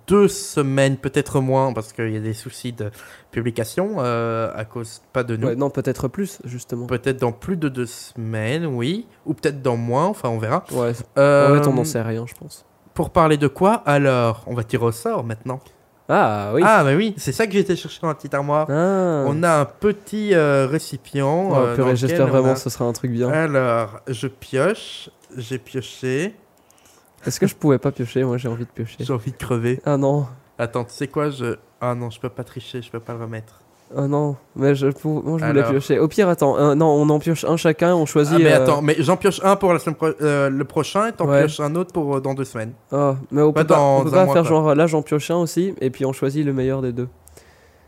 [SPEAKER 5] deux semaines, peut-être moins, parce qu'il y a des soucis de publication euh, à cause pas de nous.
[SPEAKER 6] Ouais, non, peut-être plus, justement.
[SPEAKER 5] Peut-être dans plus de deux semaines, oui, ou peut-être dans moins, enfin on verra.
[SPEAKER 6] Ouais, en
[SPEAKER 5] Euh,
[SPEAKER 6] fait, on n'en sait rien, je pense.
[SPEAKER 5] Pour parler de quoi alors On va tirer au sort maintenant.
[SPEAKER 6] Ah, oui.
[SPEAKER 5] Ah, mais oui, c'est ça que j'étais chercher dans la petite armoire.
[SPEAKER 6] Ah.
[SPEAKER 5] On a un petit euh, récipient.
[SPEAKER 6] Oh,
[SPEAKER 5] euh,
[SPEAKER 6] purée,
[SPEAKER 5] dans
[SPEAKER 6] j'espère
[SPEAKER 5] lequel on
[SPEAKER 6] vraiment
[SPEAKER 5] a-
[SPEAKER 6] que ce sera un truc bien.
[SPEAKER 5] Alors, je pioche. J'ai pioché.
[SPEAKER 6] Est-ce que je pouvais pas piocher Moi, j'ai envie de piocher.
[SPEAKER 5] J'ai envie de crever.
[SPEAKER 6] Ah non,
[SPEAKER 5] Attends, tu sais quoi je... Ah non, je peux pas tricher, je peux pas le remettre.
[SPEAKER 6] ah non, mais je, pour... moi, je voulais
[SPEAKER 5] Alors.
[SPEAKER 6] piocher. Au pire, attends, euh, non, on en pioche un chacun, on choisit.
[SPEAKER 5] Ah, mais
[SPEAKER 6] euh,
[SPEAKER 5] attends, mais j'en pioche un pour la semaine pro- euh, le prochain et t'en
[SPEAKER 6] Ouais.
[SPEAKER 5] pioches un autre pour euh, dans deux semaines.
[SPEAKER 6] ah, mais on
[SPEAKER 5] Pas
[SPEAKER 6] peut pas,
[SPEAKER 5] dans
[SPEAKER 6] on peut
[SPEAKER 5] un
[SPEAKER 6] pas
[SPEAKER 5] mois,
[SPEAKER 6] faire
[SPEAKER 5] quoi.
[SPEAKER 6] genre là, j'en pioche un aussi, et puis on choisit le meilleur des deux.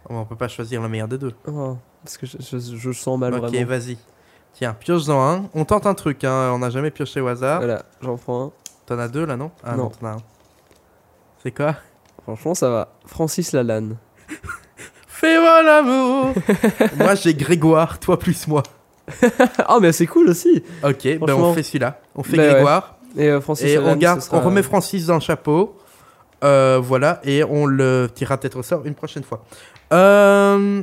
[SPEAKER 5] Oh, On peut pas choisir le meilleur des deux.
[SPEAKER 6] Ah, parce que je, je- je sens mal
[SPEAKER 5] ok,
[SPEAKER 6] vraiment.
[SPEAKER 5] vas-y. Tiens, pioche-en un. On tente un truc, hein. on n'a jamais pioché au hasard.
[SPEAKER 6] Voilà, j'en prends un.
[SPEAKER 5] T'en as deux là, non Ah non,
[SPEAKER 6] Euh, Non.
[SPEAKER 5] t'en as un. C'est quoi
[SPEAKER 6] Franchement, ça va. Francis Lalanne.
[SPEAKER 5] Fais-moi l'amour Moi j'ai Grégoire, toi plus moi.
[SPEAKER 6] ah, mais c'est cool aussi.
[SPEAKER 5] Ok, ben
[SPEAKER 6] Franchement.
[SPEAKER 5] on fait celui-là. On fait
[SPEAKER 6] Ben ouais.
[SPEAKER 5] Grégoire.
[SPEAKER 6] Et euh, Francis
[SPEAKER 5] Et on,
[SPEAKER 6] Lalanne, ce
[SPEAKER 5] garde,
[SPEAKER 6] sera-
[SPEAKER 5] on remet Francis dans le chapeau. Euh, voilà, et on le tirera peut-être au sort une prochaine fois. Euh,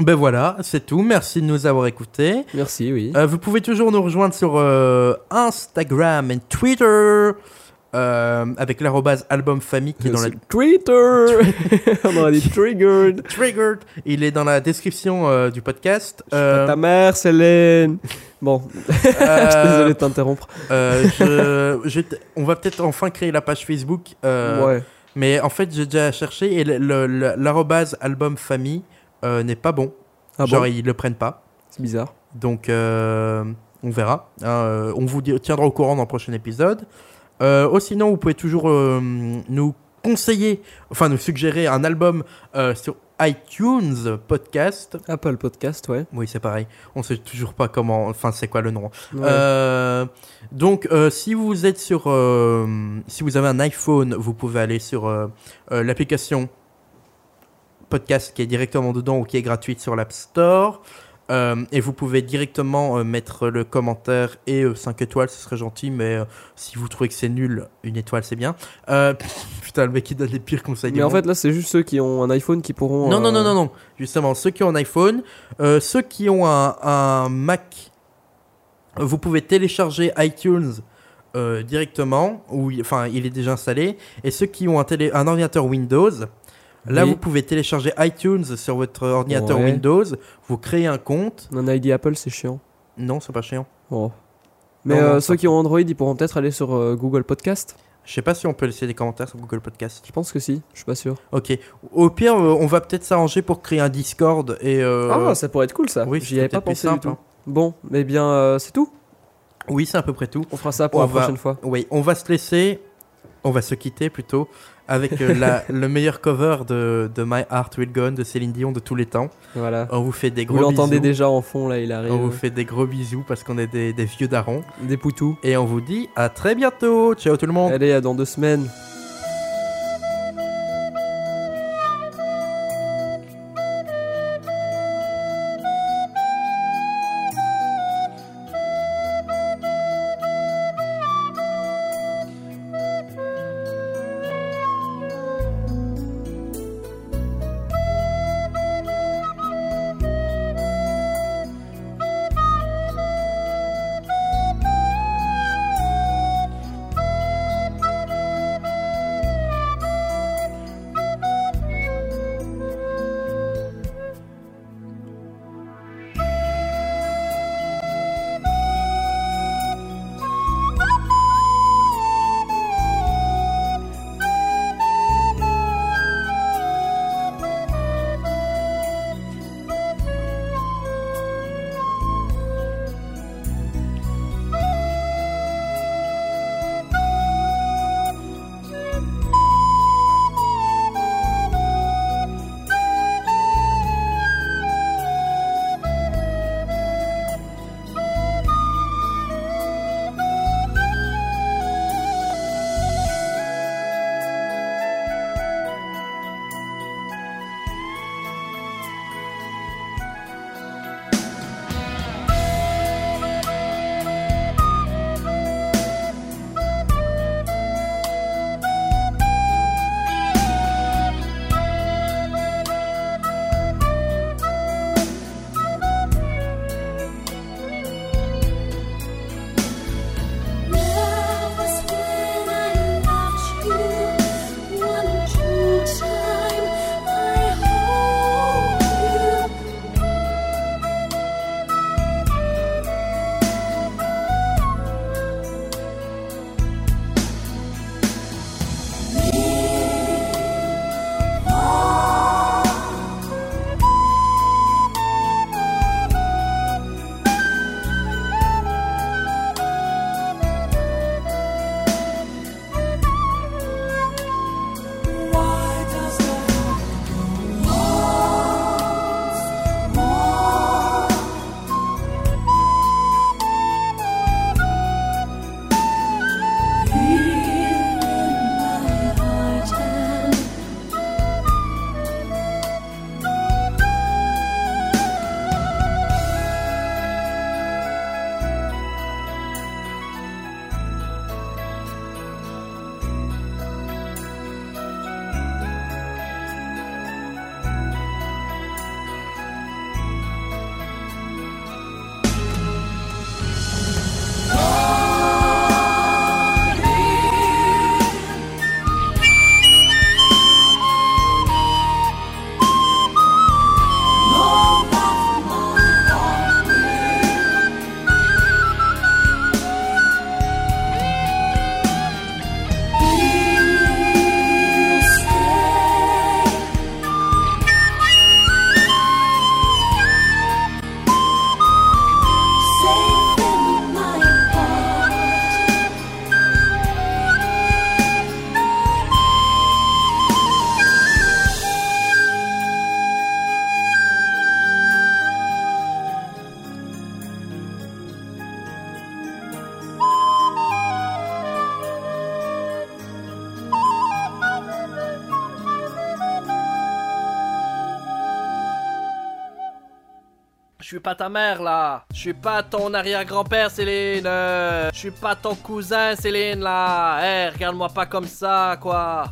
[SPEAKER 5] ben voilà, c'est tout. Merci de nous avoir écoutés.
[SPEAKER 6] Merci, oui.
[SPEAKER 5] Euh, vous pouvez toujours nous rejoindre sur euh, Instagram et Twitter euh, avec l'arrobase album famille qui est dans la
[SPEAKER 6] C'est Twitter. on aurait dit triggered.
[SPEAKER 5] triggered. Il est dans la description euh, du podcast.
[SPEAKER 6] Je suis
[SPEAKER 5] Euh,
[SPEAKER 6] pas ta mère, Célène. Bon, je suis désolé
[SPEAKER 5] euh,
[SPEAKER 6] de t'interrompre.
[SPEAKER 5] euh, je- je t- on va peut-être enfin créer la page Facebook. euh,
[SPEAKER 6] ouais.
[SPEAKER 5] Mais en fait, j'ai déjà cherché et le- le- le- l'arrobase album famille euh, n'est pas bon.
[SPEAKER 6] Ah
[SPEAKER 5] Genre,
[SPEAKER 6] bon
[SPEAKER 5] ils le prennent pas.
[SPEAKER 6] C'est bizarre.
[SPEAKER 5] Donc, euh, on verra. hein, euh, on vous di- tiendra au courant dans le prochain épisode. Euh, oh, sinon, vous pouvez toujours euh, nous conseiller, enfin, nous suggérer un album euh, sur iTunes Podcast.
[SPEAKER 6] Apple Podcast, ouais.
[SPEAKER 5] Oui, c'est pareil. On sait toujours pas comment. Enfin, c'est quoi le nom
[SPEAKER 6] Ouais.
[SPEAKER 5] euh, donc, euh, si vous êtes sur, euh, si vous avez un iPhone, vous pouvez aller sur euh, euh, l'application podcast qui est directement dedans ou qui est gratuite sur l'App Store. Euh, et vous pouvez directement euh, mettre le commentaire et 5 étoiles, ce serait gentil, mais euh, si vous trouvez que c'est nul, une étoile c'est bien. Euh, putain, le mec il donne les pires conseils. du
[SPEAKER 6] Mais en
[SPEAKER 5] monde.
[SPEAKER 6] fait, là, c'est juste ceux qui ont un iPhone qui pourront.
[SPEAKER 5] Non, non,
[SPEAKER 6] euh,
[SPEAKER 5] non, non, non. Justement, ceux qui ont un iPhone, euh, ceux qui ont un, un Mac, euh, vous pouvez télécharger iTunes euh, directement, ou il- enfin, il est déjà installé. Et ceux qui ont un, télé, un ordinateur Windows, là,
[SPEAKER 6] Oui.
[SPEAKER 5] vous pouvez télécharger iTunes sur votre ordinateur
[SPEAKER 6] Ouais.
[SPEAKER 5] Windows, vous créez un compte.
[SPEAKER 6] Un ID Apple, c'est chiant.
[SPEAKER 5] Non, c'est pas chiant.
[SPEAKER 6] Bon. Mais
[SPEAKER 5] Non, non,
[SPEAKER 6] euh,
[SPEAKER 5] ça
[SPEAKER 6] ceux qui ont Android, ils pourront peut-être aller sur euh, Google Podcast.
[SPEAKER 5] Je sais pas si on peut laisser des commentaires sur Google Podcast.
[SPEAKER 6] Je pense que si, je suis pas sûr.
[SPEAKER 5] Ok. Au pire, euh, on va peut-être s'arranger pour créer un Discord et. euh,
[SPEAKER 6] Ah, ça pourrait être cool ça.
[SPEAKER 5] oui,
[SPEAKER 6] J'y avais pas
[SPEAKER 5] peut-être plus
[SPEAKER 6] pensé du
[SPEAKER 5] simple,
[SPEAKER 6] tout.
[SPEAKER 5] hein.
[SPEAKER 6] Bon, mais bien, euh, c'est tout.
[SPEAKER 5] Oui, c'est à peu près tout.
[SPEAKER 6] On fera ça pour
[SPEAKER 5] On
[SPEAKER 6] la
[SPEAKER 5] va-
[SPEAKER 6] prochaine fois.
[SPEAKER 5] Oui, on va se laisser, on va se quitter plutôt avec euh, la- le meilleur cover de, de My Heart Will Gone de Céline Dion de tous les temps.
[SPEAKER 6] Voilà.
[SPEAKER 5] On vous fait des euh, gros
[SPEAKER 6] Vous l'entendez
[SPEAKER 5] bisous.
[SPEAKER 6] déjà euh. en fond, là, il arrive.
[SPEAKER 5] On vous fait des gros bisous parce qu'on est des, des vieux darons.
[SPEAKER 6] Des poutous.
[SPEAKER 5] Et on vous dit à très bientôt. Ciao tout le monde.
[SPEAKER 6] Allez, à dans deux semaines.
[SPEAKER 4] Je suis pas ta mère là. Je suis pas ton arrière-grand-père, Céline. Euh, Je suis pas ton cousin, Céline là. Eh, regarde-moi pas comme ça, quoi.